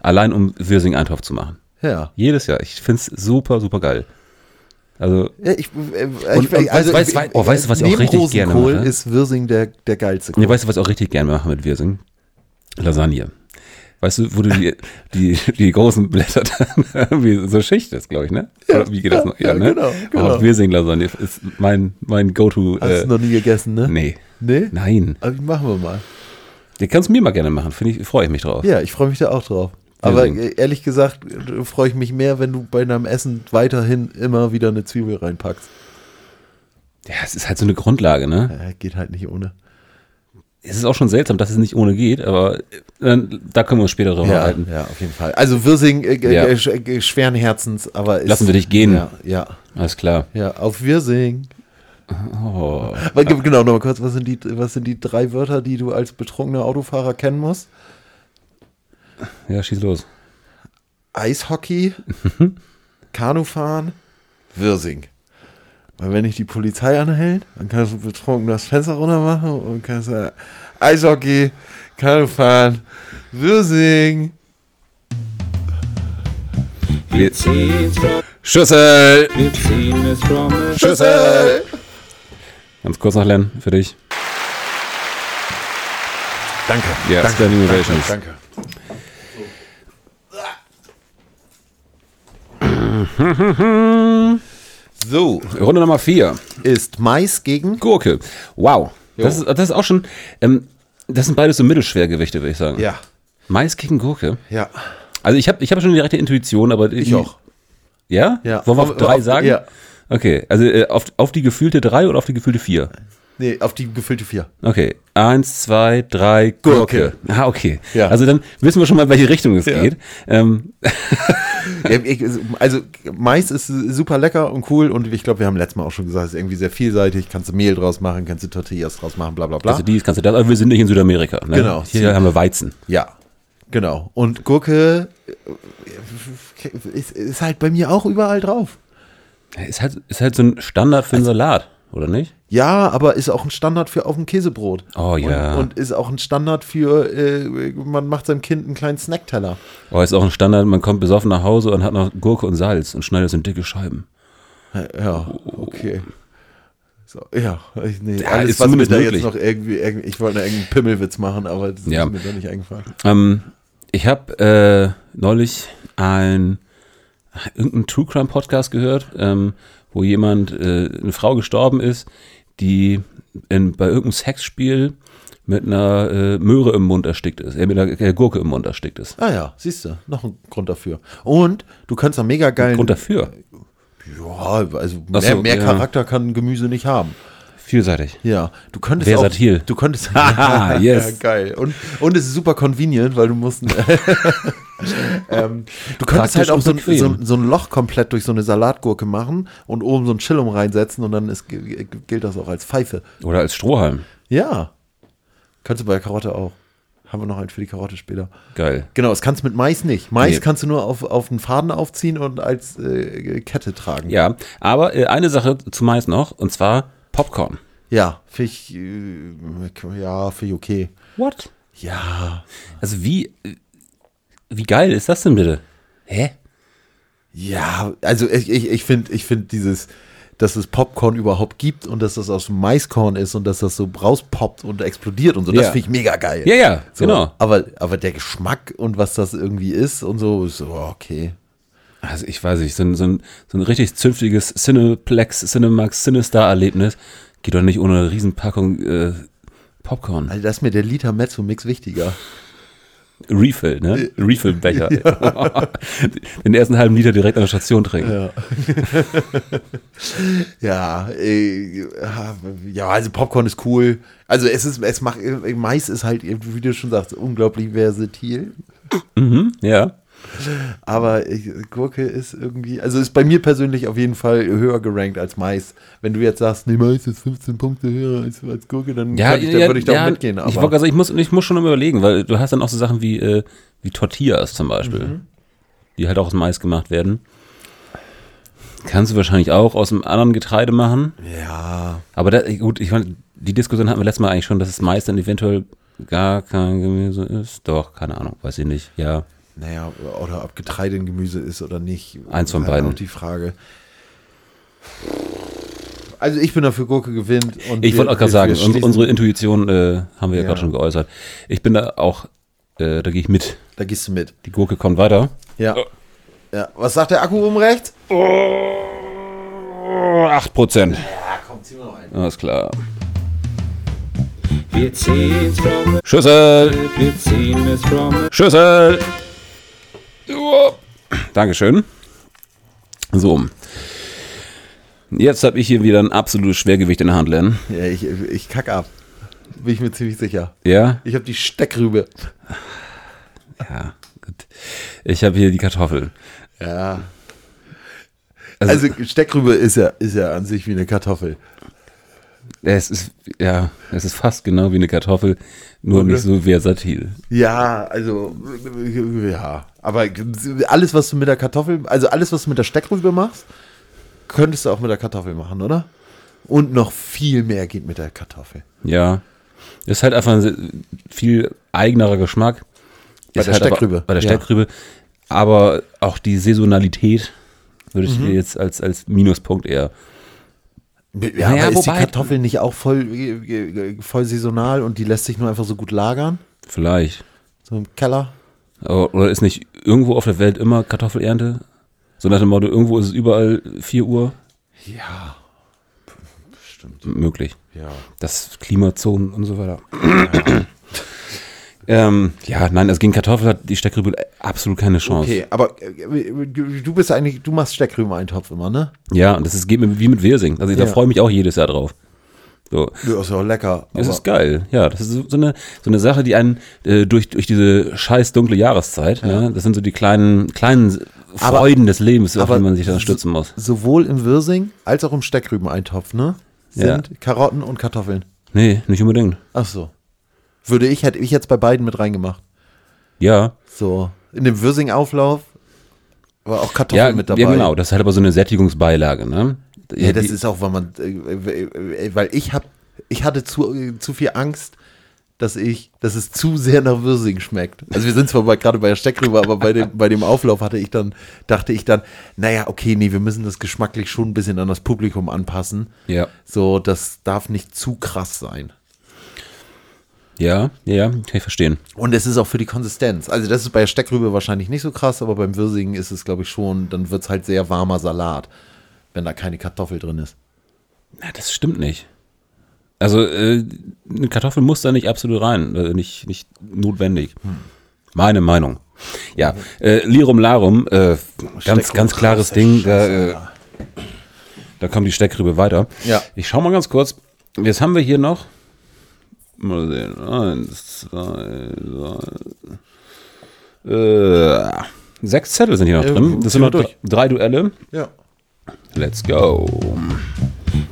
allein um Wirsing Eintopf zu machen. Ja. Jedes Jahr. Ich find's super, super geil. Also, Ja, ich, äh, ich, und weißt- weißt- oh, weißt du, was ich auch neben richtig gerne Rosenkohl mache? ist Wirsing der, der geilste Kohl. ja, weißt du, was ich auch richtig gerne mache mit Wirsing? Lasagne. Weißt du, wo du die, die, die großen Blätter dann irgendwie so schichtest, glaube ich, ne? Oder wie geht das noch? ja, ne? genau, Oh, genau. Wirsing-Lasagne ist mein, mein Go-To. Hast Äh, du noch nie gegessen, ne? nee. Nee? Nein. Aber machen wir mal. Den kannst du mir mal gerne machen, finde ich, freue ich mich drauf. Ja, ich freue mich da auch drauf. Aber Wirsing. äh, ehrlich gesagt äh, freue ich mich mehr, wenn du bei deinem Essen weiterhin immer wieder eine Zwiebel reinpackst. Ja, es ist halt so eine Grundlage, ne? Äh, geht halt nicht ohne. Es ist auch schon seltsam, dass es nicht ohne geht, aber äh, dann, da können wir uns später drüber Ja, halten. ja, auf jeden Fall. Also Wirsing äh, Ja. äh, sch- äh, schweren Herzens, aber ist, Lassen wir dich gehen. Ja, ja, Alles klar. ja, auf Wirsing. Oh. Aber gib- Genau, nochmal kurz, was sind, die, was sind die drei Wörter, die du als betrunkener Autofahrer kennen musst? Ja, schieß los. Eishockey, Kanufahren, Wirsing. Weil wenn dich die Polizei anhält, dann kannst du betrunken das Fenster runter machen und kannst sagen, Eishockey, Kanufahren, Wirsing. Wir ziehen's from, Schüssel! wir ziehen es from. Schüssel! Ganz kurz noch lernen für dich. Danke. Ja, Standing Ovations. Danke. So, Runde Nummer vier. ist Mais gegen Gurke. Wow. Das Jo. ist, das ist auch schon, ähm, das sind beides so Mittelschwergewichte, würde ich sagen. Ja, Mais gegen Gurke. ja. Also ich habe ich hab schon die direkte Intuition, aber Ich auch. Ja? Ja. Wollen wir auf Auf- drei auf- sagen? ja. Okay, also äh, auf, auf die gefühlte drei oder auf die gefühlte vier? Nee, auf die gefüllte vier. Okay, eins, zwei, drei, Gurke. Gurke. Ah, okay. Ja. Also dann wissen wir schon mal, in welche Richtung es Ja. geht. Ähm, Ja, ich- Also Mais ist super lecker und cool und ich glaube, wir haben letztes Mal auch schon gesagt, es ist irgendwie sehr vielseitig. Kannst du Mehl draus machen, kannst du Tortillas draus machen, bla bla bla. also dies kannst du das, aber wir sind nicht in Südamerika. Ne? Genau. Hier haben wir Weizen. ja, genau. Und Gurke äh, ist, ist halt bei mir auch überall drauf. Ist halt, ist halt so ein Standard für einen Salat, oder nicht? Ja, aber ist auch ein Standard für auf dem Käsebrot. Oh, ja. Und, und ist auch ein Standard für, äh, man macht seinem Kind einen kleinen Snackteller. Aber Oh, ist auch ein Standard, man kommt besoffen nach Hause und hat noch Gurke und Salz und schneidet es in dicke Scheiben. Ja, okay. So, ja, ich, nee, Ja, alles, ist was mir zumindest da möglich. jetzt noch irgendwie, irgendwie, ich wollte irgendeinen Pimmelwitz machen, aber das Ja. ist mir da nicht eingefallen. Ähm, ich habe äh, neulich ein irgendeinen True Crime Podcast gehört, ähm, wo jemand äh, eine Frau gestorben ist, die in, bei irgendeinem Sexspiel mit einer äh, Möhre im Mund erstickt ist, äh, mit einer äh, Gurke im Mund erstickt ist. Ah ja, siehst du, noch ein Grund dafür. Und du kannst einen mega geilen. Grund dafür. ja, also Ach mehr, so, mehr ja. Charakter kann Gemüse nicht haben. Vielseitig. Ja, du könntest Versatil. auch. Du könntest. Haha, Ah, yes. Ja, geil. Und, und es ist super convenient, weil du musst. ähm, du Praktisch könntest halt auch und so, ein- bequem. so, ein- so ein Loch komplett durch so eine Salatgurke machen und oben so ein Chillum reinsetzen und dann ist, g- g- gilt das auch als Pfeife. Oder als Strohhalm. Ja. Kannst du bei der Karotte auch. Haben wir noch einen für die Karotte später. Geil. Genau, das kannst du mit Mais nicht. Mais Nee. kannst du nur auf, auf einen Faden aufziehen und als äh, Kette tragen. Ja, aber äh, eine Sache zu Mais noch, und zwar Popcorn. Ja, finde ich, äh, ja, finde ich okay. What? Ja, Also wie, äh, wie geil ist das denn bitte? Hä? ja, also ich, ich, ich finde ich find dieses, dass es Popcorn überhaupt gibt und dass das aus dem Maiskorn ist und dass das so rauspoppt und explodiert und so, das Ja. finde ich mega geil. Ja, ja, so, genau. Aber, aber der Geschmack und was das irgendwie ist und so, ist so, oh, okay. also ich weiß nicht, so ein, so ein, so ein richtig zünftiges Cineplex, Cinemax, Cinestar-Erlebnis geht doch nicht ohne eine Riesenpackung äh, Popcorn. Also das ist mir der Liter Mezzo-Mix wichtiger. Refill, ne? Äh, Refill-Becher. Den ersten halben Liter direkt an der Station trinken. Ja, äh, ja, also Popcorn ist cool. Also es ist, es macht, Mais ist halt, wie du schon sagst, unglaublich versatil. Ja. Aber ich, Gurke ist irgendwie, also ist bei mir persönlich auf jeden Fall höher gerankt als Mais. Wenn du jetzt sagst, nee, Mais ist 15 Punkte höher als, als Gurke, dann, Ja, kann ich, dann ja, würde ich da ja, auch mitgehen. Aber Ich, wollt grad sagen, ich, muss, ich muss schon immer überlegen, weil du hast dann auch so Sachen wie, äh, wie Tortillas zum Beispiel, Mhm. die halt auch aus Mais gemacht werden. Kannst du wahrscheinlich auch aus einem anderen Getreide machen. ja, Aber da, gut, ich meine, die Diskussion hatten wir letztes Mal eigentlich schon, dass es Mais dann eventuell gar kein Gemüse ist. Doch, keine Ahnung, weiß ich nicht. Ja, naja, oder ob Getreide in Gemüse ist oder nicht. Eins von Halt beiden. Auch die Frage. Also ich bin dafür Gurke gewinnt. Und ich wir- wollte auch gerade wir- sagen, wir uns- schließen- unsere Intuition äh, haben wir ja, Ja. gerade schon geäußert. Ich bin da auch, äh, da gehe ich mit. Da gehst du mit. Die Gurke kommt weiter. Ja. ja. Was sagt der Akku oben rechts? Oh, 8%. Alles klar. Wir ziehen's from Schüssel! the, wir ziehen es from the, Schüssel! Uah. Dankeschön. So. Jetzt habe ich hier wieder ein absolutes Schwergewicht in der Hand, Len. Ja, ich, ich kack ab. Bin ich mir ziemlich sicher. Ja? Ich habe die Steckrübe. Ja, gut. Ich habe hier die Kartoffel. Ja. Also- Also, Steckrübe ist ja, ist ja an sich wie eine Kartoffel. Es ist, ja, es ist fast genau wie eine Kartoffel, nur nicht so versatil. Ja, also ja. Aber alles, was du mit der Kartoffel, also alles, was du mit der Steckrübe machst, könntest du auch mit der Kartoffel machen, oder? Und noch viel mehr geht mit der Kartoffel. Ja. Ist halt einfach ein se- viel eigenerer Geschmack. Bei der halt aber- Steckrübe, Bei der ja. Steckrübe. Aber auch die Saisonalität würde Mhm. ich dir jetzt als, als Minuspunkt eher. Naja, Ja, aber ist die wobei- Kartoffel nicht auch voll, äh, äh, voll saisonal und die lässt sich nur einfach so gut lagern? Vielleicht. So im Keller? Aber, oder ist nicht irgendwo auf der Welt immer Kartoffelernte? So nach dem Motto, irgendwo ist es überall 4 Uhr Ja. Bestimmt, möglich. ja. das Klimazonen und so weiter. ähm, ja, nein, also gegen Kartoffel hat die Steckrübe absolut keine Chance. Okay, aber äh, äh, du du bist eigentlich, du machst Steckrüben-Eintopf immer, ne? Ja, und das ist, geht mir wie mit Wirsing. Also da Ja. freue ich mich auch jedes Jahr drauf. So. Ja, ist ja auch lecker. Das aber- ist geil, ja. Das ist so so eine, so eine Sache, die einen äh, durch, durch diese scheiß dunkle Jahreszeit, ne? das sind so die kleinen, kleinen Aber- Freuden des Lebens, auf aber die man sich dann so- stützen muss. sowohl im Wirsing als auch im Steckrübeneintopf, ne? Sind Karotten und Kartoffeln. Nee, nicht unbedingt. Ach so. Würde ich, hätte ich jetzt bei beiden mit reingemacht. Ja, So. In dem Wirsing-Auflauf war auch Kartoffeln ja, mit dabei. ja, genau. Das ist halt aber so eine Sättigungsbeilage, ne? Ja, das die- ist auch, weil man, äh, äh, äh, weil ich hab, ich hatte zu, äh, zu viel Angst, dass ich, dass es zu sehr nach Würsing schmeckt. Also wir sind zwar bei, gerade bei der Steckrübe, aber bei dem, bei dem Auflauf hatte ich dann, dachte ich dann, naja, okay, nee, wir müssen das geschmacklich schon ein bisschen an das Publikum anpassen. Ja. So, das darf nicht zu krass sein. ja, ja, kann ich verstehen. Und es ist auch für die Konsistenz. Also das ist bei der Steckrübe wahrscheinlich nicht so krass, aber beim Würsing ist es, glaube ich, schon, dann wird es halt sehr warmer Salat, wenn da keine Kartoffel drin ist. Na, das stimmt nicht. Also äh, eine Kartoffel muss da nicht absolut rein, äh, nicht, nicht notwendig. Hm. Meine Meinung. Ja, äh, Lirum Larum, äh, ganz, Steckrübe ganz klares raus, Ding, ey, da, Scheiße, äh, da kommt die Steckrübe weiter. Ja. Ich schau mal ganz kurz, jetzt haben wir hier noch, mal sehen, eins, zwei, drei, äh, sechs Zettel sind hier noch Äh, Ja, drin. Das ziehen sind wir noch durch. drei Duelle. Ja. Let's go.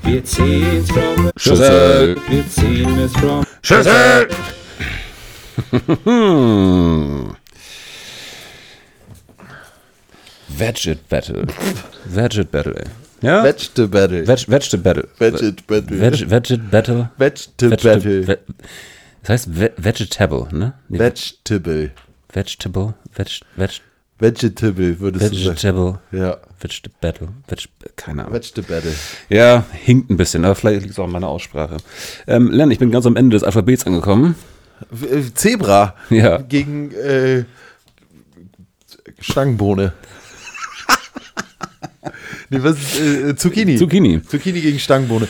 wir ziehen's from the, Schüssel. wir ziehen es from Schüssel! Veget Battle. Veget Battle, ey. Ja? Veget Vegetable. Battle. Veget Battle. Veget, Veget Battle. Vegetable. Vegeta- Ve- Das heißt Ve Vegetable, ne? Nee, Vegetable. Vegetable. Veg Veg Vegetable würdest Vegetable. du sagen. Ja. Veget Battle. Veg Keine Ahnung. Vegetable. Ja, hinkt ein bisschen, aber vielleicht liegt es auch an meiner Aussprache. Ähm, Len, ich bin ganz am Ende des Alphabets angekommen. W- äh, Zebra Ja. gegen äh, Stangenbohne. Nee, was ist, äh, Zucchini. Zucchini. Zucchini gegen Stangenbohne.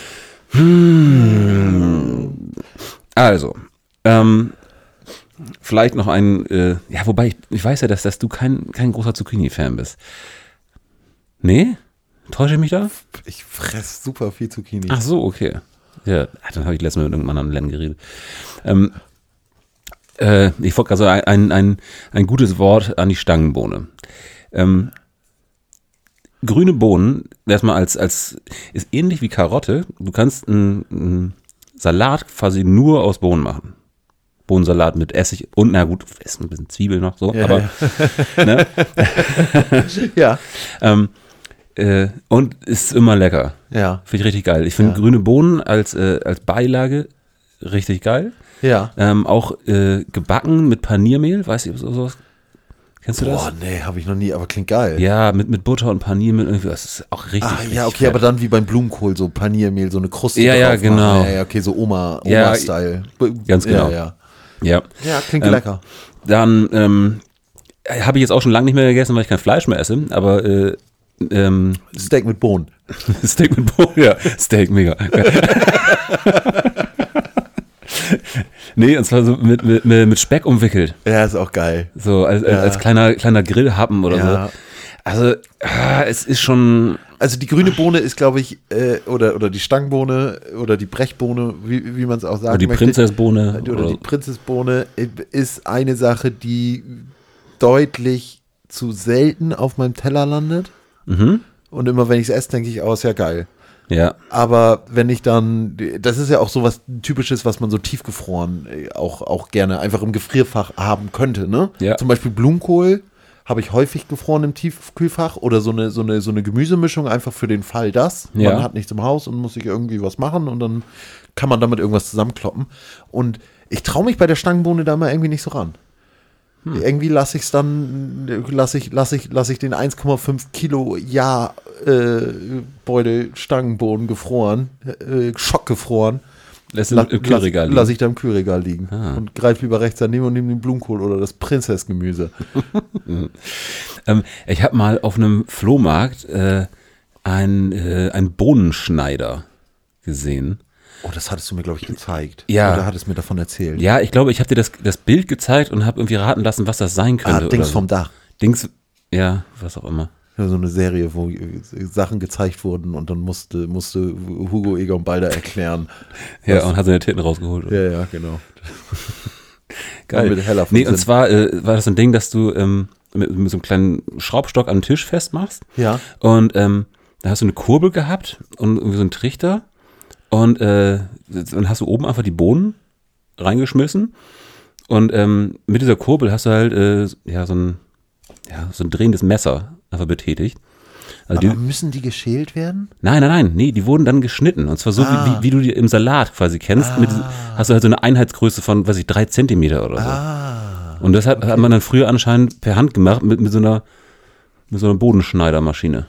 Also, ähm, vielleicht noch ein, äh, ja, wobei ich, ich weiß ja, dass, dass du kein, kein großer Zucchini-Fan bist. Nee? Täusche ich mich da? Ich fress super viel Zucchini. Ach so, okay. Ja, ah, dann habe ich letztes Mal mit irgendeinem anderen Len geredet. Ähm, äh, ich wollte gerade sagen, ein, ein, ein gutes Wort an die Stangenbohne. Ähm, grüne Bohnen, erstmal als, als, ist ähnlich wie Karotte. Du kannst einen- einen Salat quasi nur aus Bohnen machen. Bohnensalat mit Essig und, na gut, essen ein bisschen Zwiebel noch so, Ja, aber Ne? Ja, Ähm, äh, und ist immer lecker. ja, Finde ich richtig geil. Ich finde Ja. grüne Bohnen als, äh, als Beilage richtig geil. ja. Ähm, auch äh, gebacken mit Paniermehl, weiß ich, so- sowas. Kennst du Boah, das? nee, habe ich noch nie, aber klingt geil. Ja, mit, mit Butter und Paniermehl irgendwie. Das ist auch richtig. Ah, richtig ja, okay, fett. aber dann wie beim Blumenkohl, so Paniermehl, so eine Kruste. Ja, ja, drauf machen. genau. Ja, ja, okay, so Oma, Ja, Oma-Style. ganz genau. Ja, Ja. ja. ja klingt Ähm, lecker. Dann ähm, habe ich jetzt auch schon lange nicht mehr gegessen, weil ich kein Fleisch mehr esse, aber äh, ähm, Steak mit Bohnen. Steak mit Bohnen, ja. Steak, mega. nee, und zwar so mit, mit, mit Speck umwickelt. Ja, ist auch geil. So als, als- als kleiner, kleiner Grillhappen oder Ja. so. Also, ah, es ist schon. Also die grüne Bohne ist, glaube ich, äh, oder, oder die Stangenbohne oder die Brechbohne, wie, wie man es auch sagen Oder die möchte. Prinzessbohne. Oder, die Prinzessbohne äh, ist eine Sache, die deutlich zu selten auf meinem Teller landet. Mhm. Und immer wenn ich es esse, denke ich, oh, ist ja geil. ja. Aber wenn ich dann, das ist ja auch so was Typisches, was man so tiefgefroren äh, auch, auch gerne einfach im Gefrierfach haben könnte, ne? Ja. Zum Beispiel Blumenkohl habe ich häufig gefroren im Tiefkühlfach oder so eine, so eine, so eine Gemüsemischung einfach für den Fall das. Ja. Man hat nichts im Haus und muss sich irgendwie was machen und dann kann man damit irgendwas zusammenkloppen. Und ich traue mich bei der Stangenbohne da mal irgendwie nicht so ran. Hm. Irgendwie lasse ich es dann, lasse ich, lasse ich, lasse ich den 1,5 Kilo ja äh, Beutel Stangenboden gefroren, äh, Schock gefroren. Lässt la- im, im Kühlregal lass- liegen. Ah. Lass ich da im Kühlregal liegen und greife lieber rechts daneben und nehme den Blumenkohl oder das Prinzessgemüse. Ähm, ich habe mal auf einem Flohmarkt äh, einen, äh, einen Bohnenschneider gesehen. Oh, das hattest du mir, glaube ich, gezeigt. Ja. Oder hattest du mir davon erzählt? Ja, ich glaube, ich habe dir das, das Bild gezeigt und habe irgendwie raten lassen, was das sein Ah, könnte. Dings so. vom Dach. Dings, ja, was auch immer. So eine Serie, wo äh, Sachen gezeigt wurden und dann musste, musste Hugo Egon Balder erklären. Ja, was- und hat seine Titten rausgeholt. ja, ja, genau. Geil. Mit heller nee, und Sinn. zwar äh, war das so ein Ding, dass du ähm, mit, mit so einem kleinen Schraubstock am Tisch festmachst. Ja. Und ähm, da hast du eine Kurbel gehabt und irgendwie so einen Trichter. Und äh, dann hast du oben einfach die Bohnen reingeschmissen. Und ähm, mit dieser Kurbel hast du halt äh, ja, so, ein, ja, so ein drehendes Messer einfach betätigt. Also die, Aber müssen die geschält werden? nein, nein, nein, nee, die wurden dann geschnitten. Und zwar so, Ah. wie, wie, wie du die im Salat quasi kennst. Mit, diesem- hast du halt so eine Einheitsgröße von, weiß ich, drei Zentimeter oder so. Ah. Und das hat, hat man dann früher anscheinend per Hand gemacht mit, mit so einer mit so einer Bodenschneidermaschine.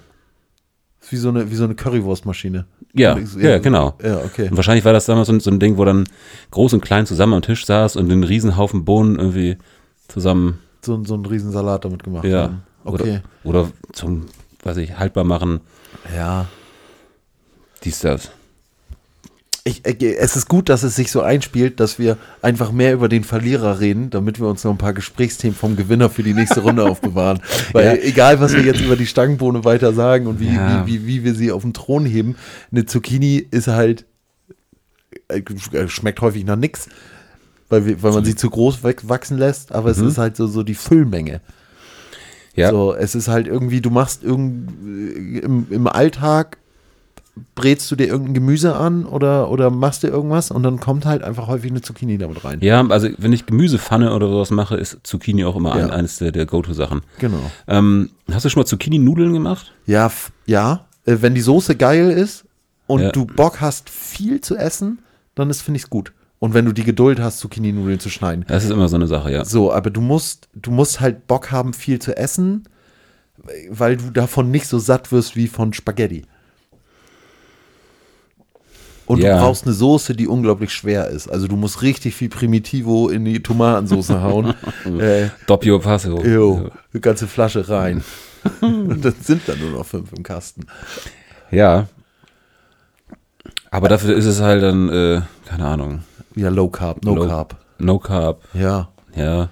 Ist Wie so eine, wie so eine Currywurstmaschine. Ja, ja, genau. Ja, okay. Und wahrscheinlich war das damals so, ein- so ein Ding, wo dann groß und klein zusammen am Tisch saß und den Riesenhaufen Bohnen irgendwie zusammen, So, ein- so einen Riesensalat damit gemacht. ja. haben. Okay. Oder, oder zum, weiß ich, haltbar machen, Ja. dies, das. Ich, äh, es ist gut, dass es sich so einspielt, dass wir einfach mehr über den Verlierer reden, damit wir uns noch ein paar Gesprächsthemen vom Gewinner für die nächste Runde aufbewahren. Weil egal, was wir jetzt über die Stangenbohne weiter sagen und wie, Ja. wie, wie, wie wir sie auf den Thron heben, eine Zucchini ist halt, äh, sch- schmeckt häufig nach nix, weil, wir, weil man sie zu groß weg- wachsen lässt, aber es ist halt so, so die Füllmenge. Ja, So, es ist halt irgendwie, du machst irgend, äh, im, im Alltag, brätst du dir irgendein Gemüse an oder, oder machst dir irgendwas und dann kommt halt einfach häufig eine Zucchini damit rein. ja also wenn ich Gemüsepfanne oder sowas mache, ist Zucchini auch immer ein, Ja. eines der, der Go-To-Sachen. Genau. Ähm, hast du schon mal Zucchini-Nudeln gemacht? Ja, f- ja. Äh, Wenn die Soße geil ist und Ja. du Bock hast, viel zu essen, dann ist, finde ich es gut. Und wenn du die Geduld hast, Zucchini-Nudeln zu schneiden. Das ist immer so eine Sache, ja. So, aber du musst, du musst halt Bock haben, viel zu essen, weil du davon nicht so satt wirst wie von Spaghetti. Und Ja. du brauchst eine Soße, die unglaublich schwer ist. Also du musst richtig viel Primitivo in die Tomatensoße hauen. äh, Doppio Passo. jo, eine ganze Flasche rein. Und dann sind da nur noch fünf im Kasten. Ja. Aber dafür ist es halt dann, äh, keine Ahnung, Ja, Low Carb, No Low- Carb. No Carb. Ja. Ja.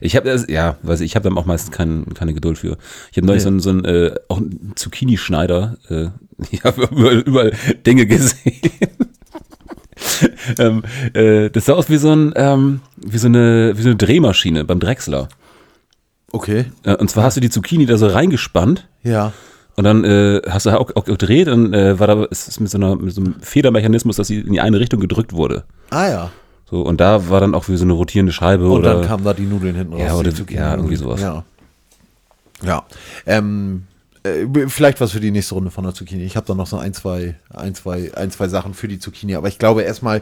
Ich habe das, ja, weiß ich, ich habe dann auch meistens kein, keine Geduld für. Ich habe neulich Nee. so einen, so einen, äh, auch einen Zucchini-Schneider, äh, ich habe überall, überall Dinge gesehen. ähm, äh, das sah aus wie so ein, ähm, wie so eine, wie so eine Drehmaschine beim Drechsler. Okay. Äh, und zwar hast du die Zucchini da so reingespannt Ja. und dann äh, hast du auch, auch gedreht und äh, war da ist, ist mit so einer mit so einem Federmechanismus, dass sie in die eine Richtung gedrückt wurde. Ah ja. So und da war dann auch wie so eine rotierende Scheibe Und oder dann kamen da die Nudeln hinten raus. Ja, oder- die Zucchini- ja, irgendwie sowas. Ja. Ja. Ähm, äh, vielleicht was für die nächste Runde von der Zucchini. Ich habe da noch so ein zwei, ein, zwei, ein, zwei Sachen für die Zucchini. Aber ich glaube erstmal,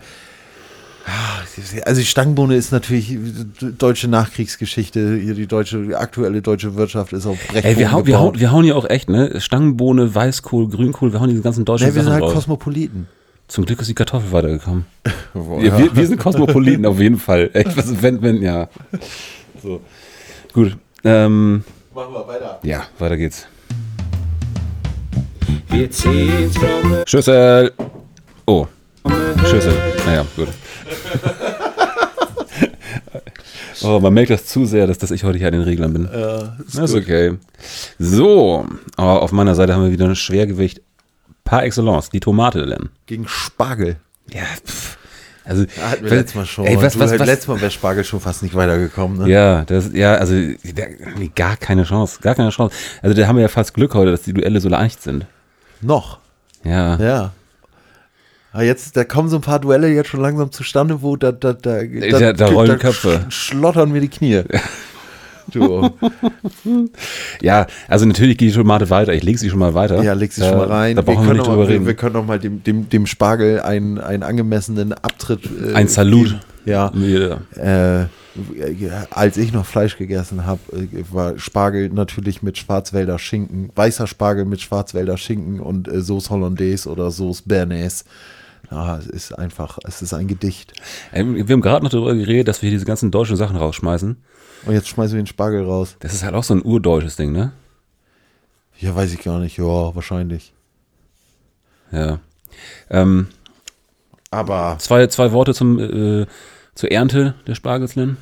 ah, also die Stangenbohne ist natürlich deutsche Nachkriegsgeschichte. Hier die deutsche, die aktuelle deutsche Wirtschaft ist auf Brechboden Ey, wir hauen, wir, gebaut. hauen, wir hauen ja auch echt, ne? Stangenbohne, Weißkohl, Grünkohl, wir hauen diese ganzen deutschen Nee, wir sind Sachen halt raus. Kosmopoliten. Zum Glück ist die Kartoffel weitergekommen. Wir, wir, wir sind Kosmopoliten auf jeden Fall. Echt, was, wenn, wenn, ja. So. Gut. Ähm, Machen wir weiter. ja, weiter geht's. Wir ziehen's from the Schüssel! Oh, Schüssel. Naja, gut. oh, man merkt das zu sehr, dass, dass ich heute hier an den Reglern bin. Das ist okay. So, aber auf meiner Seite haben wir wieder ein Schwergewicht par excellence, die Tomate denn. Gegen Spargel. Ja, pff. also Da hatten wir weil- letztes Mal schon. Ey, was, Du, was, halt, was, letztes Mal wäre Spargel schon fast nicht weitergekommen. Ne? ja, das, ja, also da, nee, gar keine Chance, gar keine Chance. Also da haben wir ja fast Glück heute, dass die Duelle so leicht sind. Noch. Ja, Ja. Aber jetzt, da kommen so ein paar Duelle jetzt schon langsam zustande, wo da, da, da, da, da rollen Köpfe. sch- schlottern mir die Knie. Du, ja, also natürlich geht die Tomate weiter. Ich lege sie schon mal weiter. ja, leg sie Da- schon mal rein. Da brauchen wir, können nicht noch drüber mal, wir, reden. wir können noch mal dem, dem, dem Spargel einen, einen angemessenen Abtritt. äh, Ein Salut. geben. Ja. Ja. Äh, ja, als ich noch Fleisch gegessen habe, äh, war Spargel natürlich mit Schwarzwälder Schinken, weißer Spargel mit Schwarzwälder Schinken und äh, Sauce Hollandaise oder Sauce Bernays. Ja, es ist einfach, es ist ein Gedicht. Ähm, Wir haben gerade noch darüber geredet, dass wir hier diese ganzen deutschen Sachen rausschmeißen. Und jetzt schmeißen wir den Spargel raus. Das ist halt auch so ein urdeutsches Ding, ne? Ja, weiß ich gar nicht. Ja, wahrscheinlich. Ja. Ähm, Aber zwei, zwei Worte zum, äh, zur Ernte der Spargels, Lynn.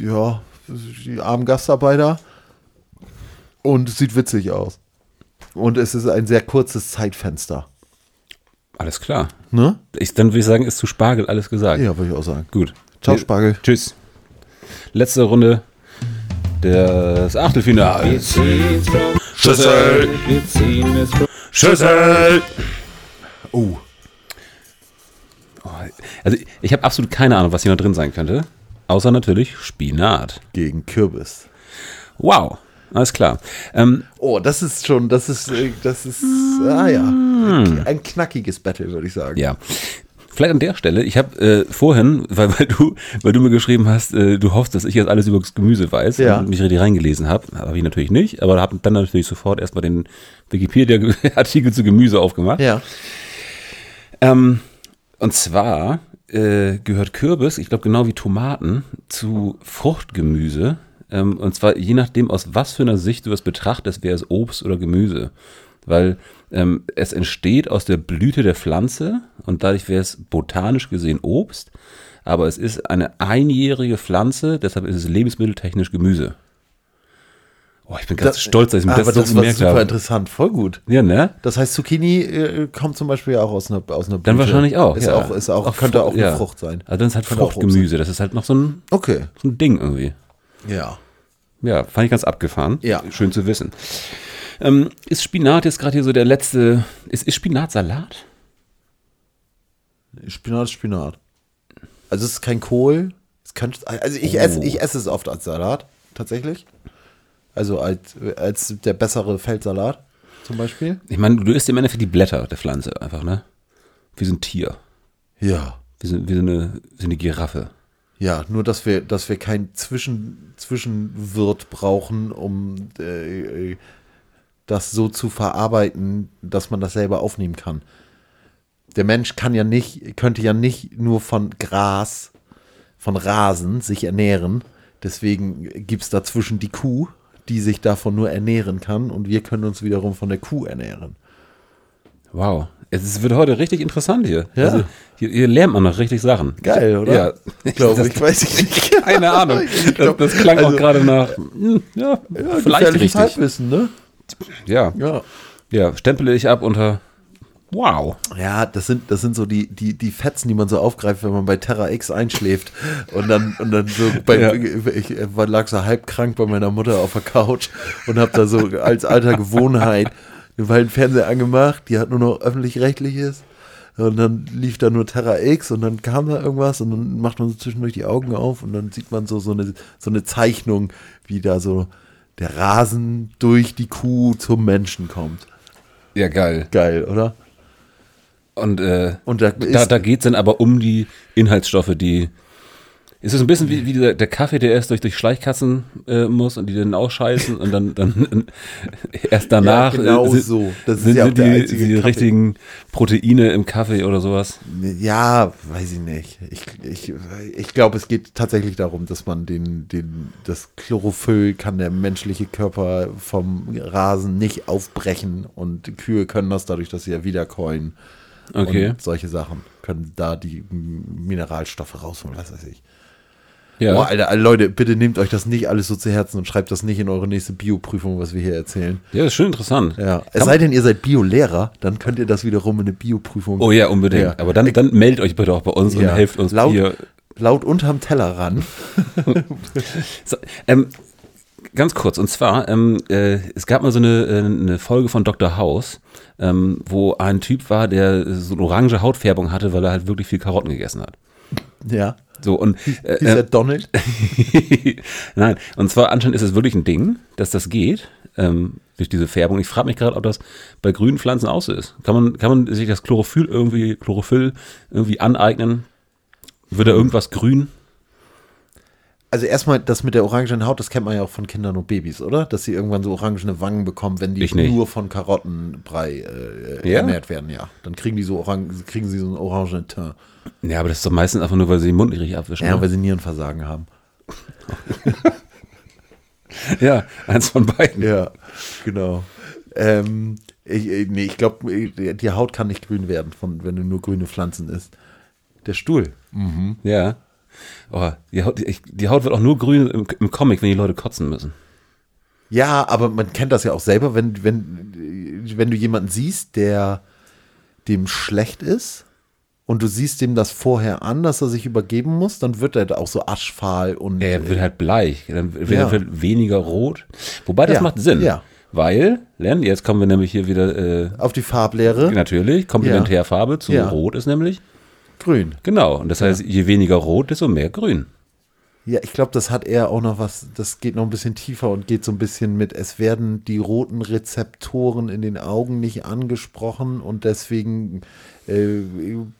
ja, die armen Gastarbeiter. Und es sieht witzig aus. Und es ist ein sehr kurzes Zeitfenster. Alles klar. Ne? Ich, dann würde ich sagen, ist zu Spargel alles gesagt. Ja, würde ich auch sagen. Gut. Ciao, Nee, Spargel. Tschüss. Letzte Runde des Wir Achtelfinals. ziehen's from Schüssel! Wir ziehen es from Schüssel! Oh, Also ich- ich habe absolut keine Ahnung, was hier noch drin sein könnte. Außer natürlich Spinat. gegen Kürbis. Wow. Alles klar. Ähm, Oh, das ist schon, das ist, äh, das ist, ah ja, ein knackiges Battle, würde ich sagen. Hm. Ja. Vielleicht an der Stelle, ich habe äh, vorhin, weil, weil, du, weil du mir geschrieben hast, äh, du hoffst, dass ich jetzt alles über das Gemüse weiß Ja. und mich richtig reingelesen habe. Habe ich natürlich nicht, aber habe dann natürlich sofort erstmal den Wikipedia-Artikel zu Gemüse aufgemacht. Ja. Ähm, und zwar äh, gehört Kürbis, ich glaube genau wie Tomaten, zu Fruchtgemüse. Ähm, und zwar je nachdem, aus was für einer Sicht du es betrachtest, wäre es Obst oder Gemüse. Weil ähm, es entsteht aus der Blüte der Pflanze und dadurch wäre es botanisch gesehen Obst. Aber es ist eine einjährige Pflanze, deshalb ist es lebensmitteltechnisch Gemüse. Oh, ich bin ganz stolz, dass ich mir Ah, aber das, so das war gemerkt super habe. interessant, voll gut. Ja, ne? Das heißt, Zucchini äh, kommt zum Beispiel auch aus einer, aus einer Blüte. Dann wahrscheinlich auch. Ist ja. auch, ist auch, könnte Fru- auch eine ja. Frucht sein. Also dann ist halt Könnte auch Obst Fruchtgemüse. Das ist halt noch so ein, Okay. so ein Ding irgendwie. Ja. Ja, fand ich ganz abgefahren. Ja. Schön zu wissen. Ähm, ist Spinat jetzt gerade hier so der letzte. Ist, ist Spinat Salat? Spinat ist Spinat. Also es ist kein Kohl. Es kann, also ich, Oh. esse, ich esse es oft als Salat, tatsächlich. Also als, als der bessere Feldsalat zum Beispiel. Ich meine, du isst im Endeffekt die Blätter der Pflanze einfach, ne? Wie so ein Tier. Ja. Wie so, wie so, eine, wie so eine Giraffe. Ja, nur dass wir, dass wir kein Zwischen, Zwischenwirt brauchen, um äh, äh, das so zu verarbeiten, dass man das selber aufnehmen kann. Der Mensch kann ja nicht, könnte ja nicht nur von Gras, von Rasen sich ernähren. Deswegen gibt es dazwischen die Kuh, die sich davon nur ernähren kann und wir können uns wiederum von der Kuh ernähren. Wow. Es ist- wird heute richtig interessant hier. Ja. Also, hier, hier lernt man noch richtig Sachen. Geil, oder? Ja. Ich glaube, Das- ich weiß ich nicht. Keine Ahnung. Ich glaub, das, das klang auch also- gerade nach. hm, Ja, vielleicht Gefährliches richtig. Halbwissen, ne? Ja. Ja. ja, stempele ich ab unter. Wow. Ja, das sind, das sind so die, die, die Fetzen, die man so aufgreift, wenn man bei Terra X einschläft. Und dann, und dann so, bei, Ja. ich war- lag so halb krank bei meiner Mutter auf der Couch und habe da so als alter Gewohnheit den weiten Fernseher angemacht. Die hat nur noch öffentlich-rechtliches. Und dann lief da nur Terra X und dann kam da irgendwas und dann macht man so zwischendurch die Augen auf und dann sieht man so, so, eine, so eine Zeichnung, wie da so der Rasen durch die Kuh zum Menschen kommt. Ja, geil. Geil, oder? Und, äh, Und da da, ist- da geht es dann aber um die Inhaltsstoffe, die. Es ist ein bisschen wie, wie dieser, der Kaffee, der erst durch, durch Schleichkassen äh, muss und die dann ausscheißen und dann, dann erst danach Ja, genau äh, sind, so. Das ist sind, ja auch sind der die, einzige die Kaffee. richtigen Proteine im Kaffee oder sowas. Ja, weiß ich nicht. Ich, ich, ich glaube, es geht tatsächlich darum, dass man den, den, das Chlorophyll kann der menschliche Körper vom Rasen nicht aufbrechen und Kühe können das dadurch, dass sie ja wiederkäuen. Okay. Und solche Sachen können da die M- Mineralstoffe rausholen, was weiß ich. Ja. Boah, Alter, Leute, bitte nehmt euch das nicht alles so zu Herzen und schreibt das nicht in eure nächste Bioprüfung, was wir hier erzählen. ja, das ist schön interessant. Ja. Kann Es sei denn, ihr seid Bio-Lehrer, dann könnt ihr das wiederum in eine Bioprüfung. Oh ja, unbedingt. Ja. Aber dann, dann meldet euch bitte auch bei uns und Ja. helft uns laut, hier. laut unterm Teller ran. So, ähm, ganz kurz, und zwar, ähm, äh, es gab mal so eine, äh, eine Folge von Dr. House, ähm, wo ein Typ war, der äh, so eine orange Hautfärbung hatte, weil er halt wirklich viel Karotten gegessen hat. Ja. So, und äh, Hieß er Donald? Nein, und zwar anscheinend ist es wirklich ein Ding, dass das geht, ähm, durch diese Färbung. Ich frage mich gerade, ob das bei grünen Pflanzen auch so ist. Kann man, kann man sich das Chlorophyll irgendwie, Chlorophyll irgendwie aneignen? Wird da irgendwas grün? Also erstmal das mit der orangenen Haut, das kennt man ja auch von Kindern und Babys, oder? Dass sie irgendwann so orangene Wangen bekommen, wenn die Ich nicht. nur von Karottenbrei äh, Ja? ernährt werden, ja. Dann kriegen die so orang kriegen sie so einen orangenen Teint. Ja, aber das ist doch meistens einfach nur, weil sie den Mund nicht richtig abwischen. Ja, ne? weil sie Nierenversagen haben. ja eins von beiden. Ja, genau. Ähm, ich, äh, nee, ich glaube, die Haut kann nicht grün werden, von, wenn du nur grüne Pflanzen isst. Der Stuhl. Ja. Oh, die, Haut, ich, die Haut wird auch nur grün im, im Comic, wenn die Leute kotzen müssen. Ja, aber man kennt das ja auch selber, wenn, wenn, wenn du jemanden siehst, der dem schlecht ist und du siehst dem das vorher an, dass er sich übergeben muss, dann wird er da auch so aschfahl und Er wird halt bleich, dann wird Ja. er vielleicht weniger rot. Wobei das Ja, macht Sinn, ja. weil, Len, jetzt kommen wir nämlich hier wieder, äh, auf die Farblehre natürlich, Komplementärfarbe zu Ja. Rot ist nämlich, grün. genau, und das heißt, je weniger Rot, desto mehr Grün. Ja, ich glaube, das hat eher auch noch was, das geht noch ein bisschen tiefer und geht so ein bisschen mit, es werden die roten Rezeptoren in den Augen nicht angesprochen und deswegen äh,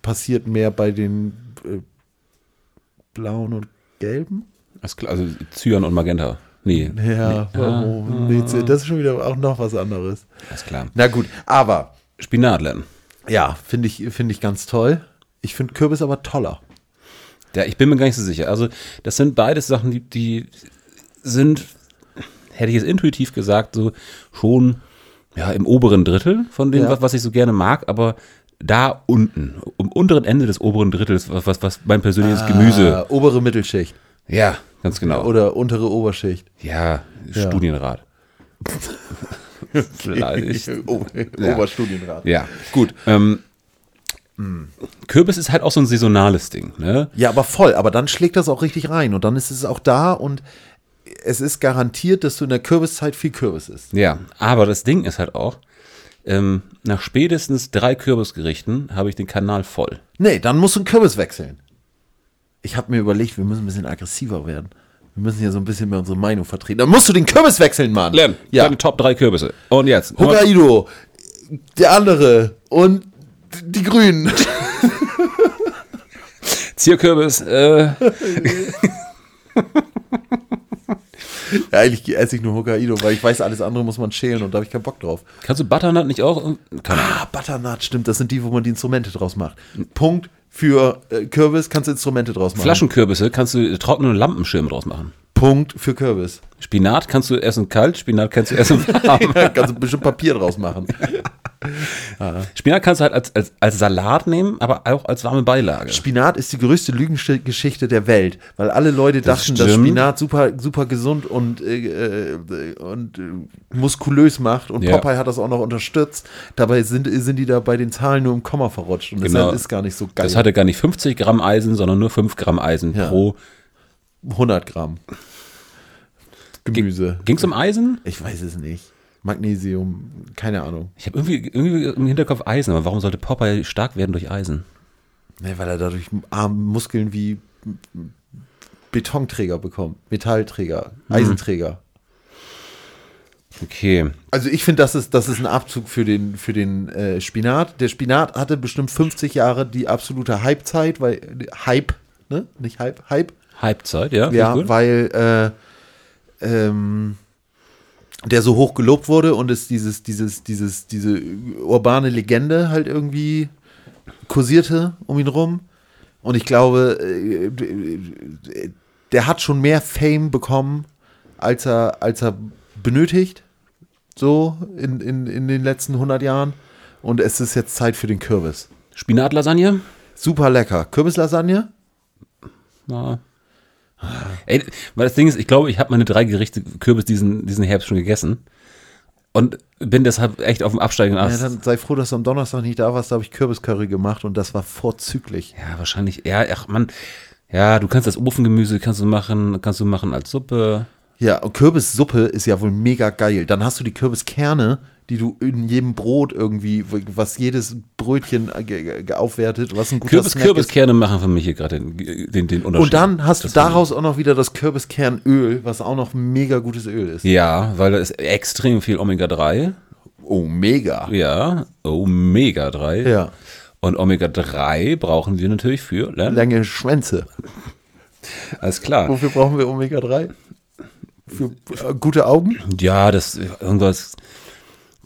passiert mehr bei den äh, blauen und gelben. Alles klar, Also Cyan und Magenta. Nee, Ah, Ja, warum? Nee, das ist schon wieder auch noch was anderes. alles klar. Na gut, aber Spinat, Len. ja, finde ich, finde ich ganz toll. Ich finde Kürbis aber toller. Ja, ich bin mir gar nicht so sicher. Also, das sind beides Sachen, die, die sind, hätte ich es intuitiv gesagt, so schon ja, im oberen Drittel von dem, Ja. was, was ich so gerne mag, aber da unten, am unteren Ende des oberen Drittels, was, was, was mein persönliches Gemüse. Äh, obere Mittelschicht Ah. Ja, ganz genau. oder untere Oberschicht. ja, Studienrat. Vielleicht. O- Ja. Oberstudienrat. Ja, gut. Ähm, Kürbis ist halt auch so ein saisonales Ding, ne? Ja, aber voll. Aber dann schlägt das auch richtig rein und dann ist es auch da und es ist garantiert, dass du in der Kürbiszeit viel Kürbis isst. Ja, aber das Ding ist halt auch, ähm, nach spätestens drei Kürbisgerichten habe ich den Kanal voll. Nee, dann musst du einen Kürbis wechseln. Ich habe mir überlegt, wir müssen ein bisschen aggressiver werden. Wir müssen ja so ein bisschen mehr unsere Meinung vertreten. Dann musst du den Kürbis wechseln, Mann. Lem, ja. ja. deine Top drei Kürbisse. Und jetzt. Hokkaido, der andere und die Grünen. Zierkürbis. Äh, Ja, eigentlich esse ich nur Hokkaido, weil ich weiß, alles andere muss man schälen und da habe ich keinen Bock drauf. kannst du Butternut nicht auch? Keine Ahnung. Ah, Butternut, stimmt, das sind die, wo man die Instrumente draus macht. Punkt für äh, Kürbis, kannst du Instrumente draus machen. Flaschenkürbisse kannst du trockene Lampenschirme draus machen. Punkt für Kürbis. Spinat kannst du essen kalt, Spinat kannst du essen warm. Ja, kannst du bestimmt Papier draus machen. Spinat kannst du halt als, als, als Salat nehmen, aber auch als warme Beilage. Spinat ist die größte Lügengeschichte der Welt, weil alle Leute Das dachten, dass stimmt. Spinat super, super gesund und, äh, äh, und äh, muskulös macht. Und Ja. Popeye hat das auch noch unterstützt. Dabei sind, sind die da bei den Zahlen nur im Komma verrutscht. Und Genau. deshalb ist gar nicht so geil. Das hatte gar nicht 50 Gramm Eisen, sondern nur 5 Gramm Eisen Ja. pro. 100 Gramm Gemüse. Ging es um Eisen? Ich weiß es nicht. Magnesium, keine Ahnung. Ich habe irgendwie, irgendwie im Hinterkopf Eisen, aber warum sollte Popeye stark werden durch Eisen? Nee, weil er dadurch arme Muskeln wie Betonträger bekommt, Metallträger, Mhm. Eisenträger. Okay. Also ich finde, das ist, das ist ein Abzug für den, für den äh, Spinat. Der Spinat hatte bestimmt 50 Jahre die absolute Hypezeit, weil äh, Hype, ne? Nicht Hype, Hype. Halbzeit, ja? Ja, Gut. weil äh, ähm, der so hoch gelobt wurde und es dieses, dieses, dieses, diese urbane Legende halt irgendwie kursierte um ihn rum. Und ich glaube, äh, der hat schon mehr Fame bekommen, als er, als er benötigt, so in, in, in den letzten 100 Jahren. Und es ist jetzt Zeit für den Kürbis. Spinatlasagne? Super lecker. Kürbislasagne? Na. Ey, weil das Ding ist, ich glaube, ich habe meine drei Gerichte Kürbis diesen, diesen Herbst schon gegessen und bin deshalb echt auf dem absteigenden Ja, Ast. Ja, dann sei froh, dass du am Donnerstag nicht da warst. Da habe ich Kürbiscurry gemacht und das war vorzüglich. wahrscheinlich. Ja, ach Mann. Ja, du kannst das Ofengemüse kannst du machen, kannst du machen als Suppe. Ja, und Kürbissuppe ist ja wohl mega geil. Dann hast du die Kürbiskerne, die du in jedem Brot irgendwie, was jedes Brötchen äh, ge- ge- ge- aufwertet, was ein guter Kürbis, Snack ist. Kürbiskerne machen für mich hier gerade den, den, den Unterschied. Und dann hast du Das finde daraus auch noch wieder das Kürbiskernöl, was auch noch mega gutes Öl ist. ich- Ja, weil da ist extrem viel Omega-3. Oh, mega. Ja, Omega-3. Ja. Und Omega-3 brauchen wir natürlich für Lernen. Lange Schwänze. Alles klar. Wofür brauchen wir Omega-3? Für äh, gute Augen? Ja, das irgendwas,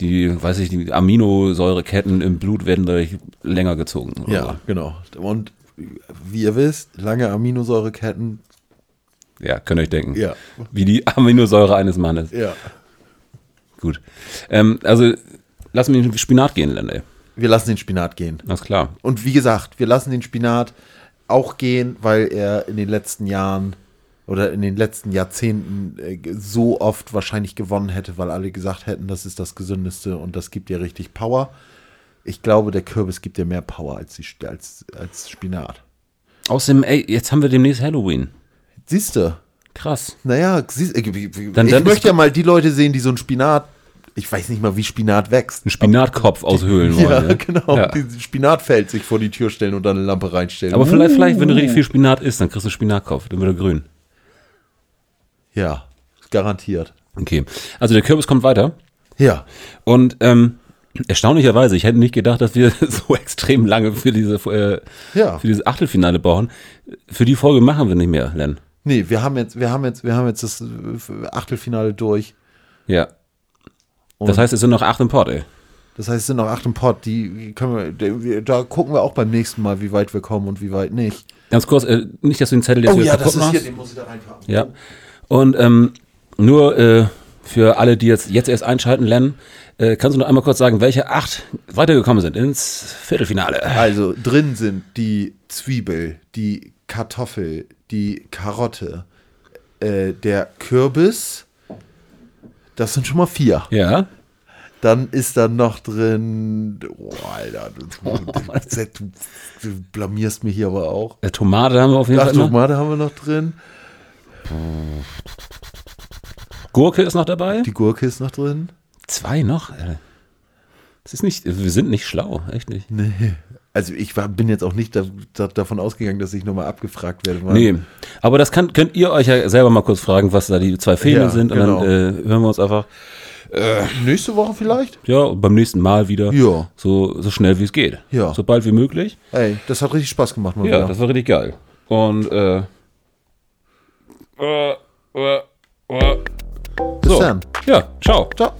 die, weiß ich, die Aminosäureketten im Blut werden dadurch länger gezogen. oder Ja, genau. Und wie ihr wisst, lange Aminosäureketten. so. Ja, könnt ihr euch denken. Ja. Wie die Aminosäure eines Mannes. Ja. Gut. Ähm, also, lass mir den Spinat gehen, Lende. Wir lassen den Spinat gehen. Alles klar. Und wie gesagt, wir lassen den Spinat auch gehen, weil er in den letzten Jahren oder in den letzten Jahrzehnten äh, so oft wahrscheinlich gewonnen hätte, weil alle gesagt hätten, das ist das Gesündeste und das gibt dir richtig Power. Ich glaube, der Kürbis gibt dir mehr Power als, die, als, als Spinat. Außerdem, ey, jetzt haben wir demnächst Halloween. Siehst du? Krass. Naja, siehst, äh, wie- wie- Dann- ich dann ist- möchte ja mal die Leute sehen, die so ein Spinat, ich weiß nicht mal, wie Spinat wächst. Ein Spinatkopf aushöhlen wollen. Ja, ne? genau. Ja. Diesen Spinatfeld sich vor die Tür stellen und dann eine Lampe reinstellen. Aber vielleicht, vielleicht, wenn du richtig viel Spinat isst, dann kriegst du einen Spinatkopf, dann wird er grün. Ja, garantiert. Okay. Also der Kürbis kommt weiter. Ja. Und ähm, erstaunlicherweise, ich hätte nicht gedacht, dass wir so extrem lange für diese äh, Ja. für dieses Achtelfinale brauchen. Für die Folge machen wir nicht mehr, Len. Nee, wir haben jetzt, wir haben jetzt, wir haben jetzt das äh, Achtelfinale durch. Ja. Und- das heißt, es sind noch acht im Port, ey. Das heißt, es sind noch acht im Pott. Die können wir, die, wir- da gucken wir auch beim nächsten Mal, wie weit wir kommen und wie weit nicht. Ganz kurz, äh, nicht, dass du den Oh Zettel jetzt wieder kaputt machst. muss ich da reinfahren. Ja. Und ähm, nur äh, für alle, die jetzt, jetzt erst einschalten, Len, äh, kannst du noch einmal kurz sagen, welche acht weitergekommen sind ins Viertelfinale? Also drin sind die Zwiebel, die Kartoffel, die Karotte, äh, der Kürbis. Das sind schon mal vier. Ja. Dann ist da noch drin. Oh, Alter, du, du, du, du blamierst mich hier aber auch. Äh, Tomate haben wir auf jeden Ach, Fall. ne? noch. Tomate haben wir noch drin. Gurke ist noch dabei. Die Gurke ist noch drin. Zwei noch? Äh, Das ist nicht, wir sind nicht schlau, echt nicht. Nee. Also ich war, bin jetzt auch nicht da, da, davon ausgegangen, dass ich nochmal abgefragt werde. weil- Nee, aber das kann, könnt ihr euch ja selber mal kurz fragen, was da die zwei Filme Ja, sind und genau. dann äh, hören wir uns einfach, Nächste Woche vielleicht? ja, und beim nächsten Mal wieder Ja. so, so schnell wie es geht. Ja. Genau. So bald wie möglich. Ey, das hat richtig Spaß gemacht mal Ja, wieder. das war richtig geil. Und äh, Bis so. dann. äh, ja, ciao. Ciao.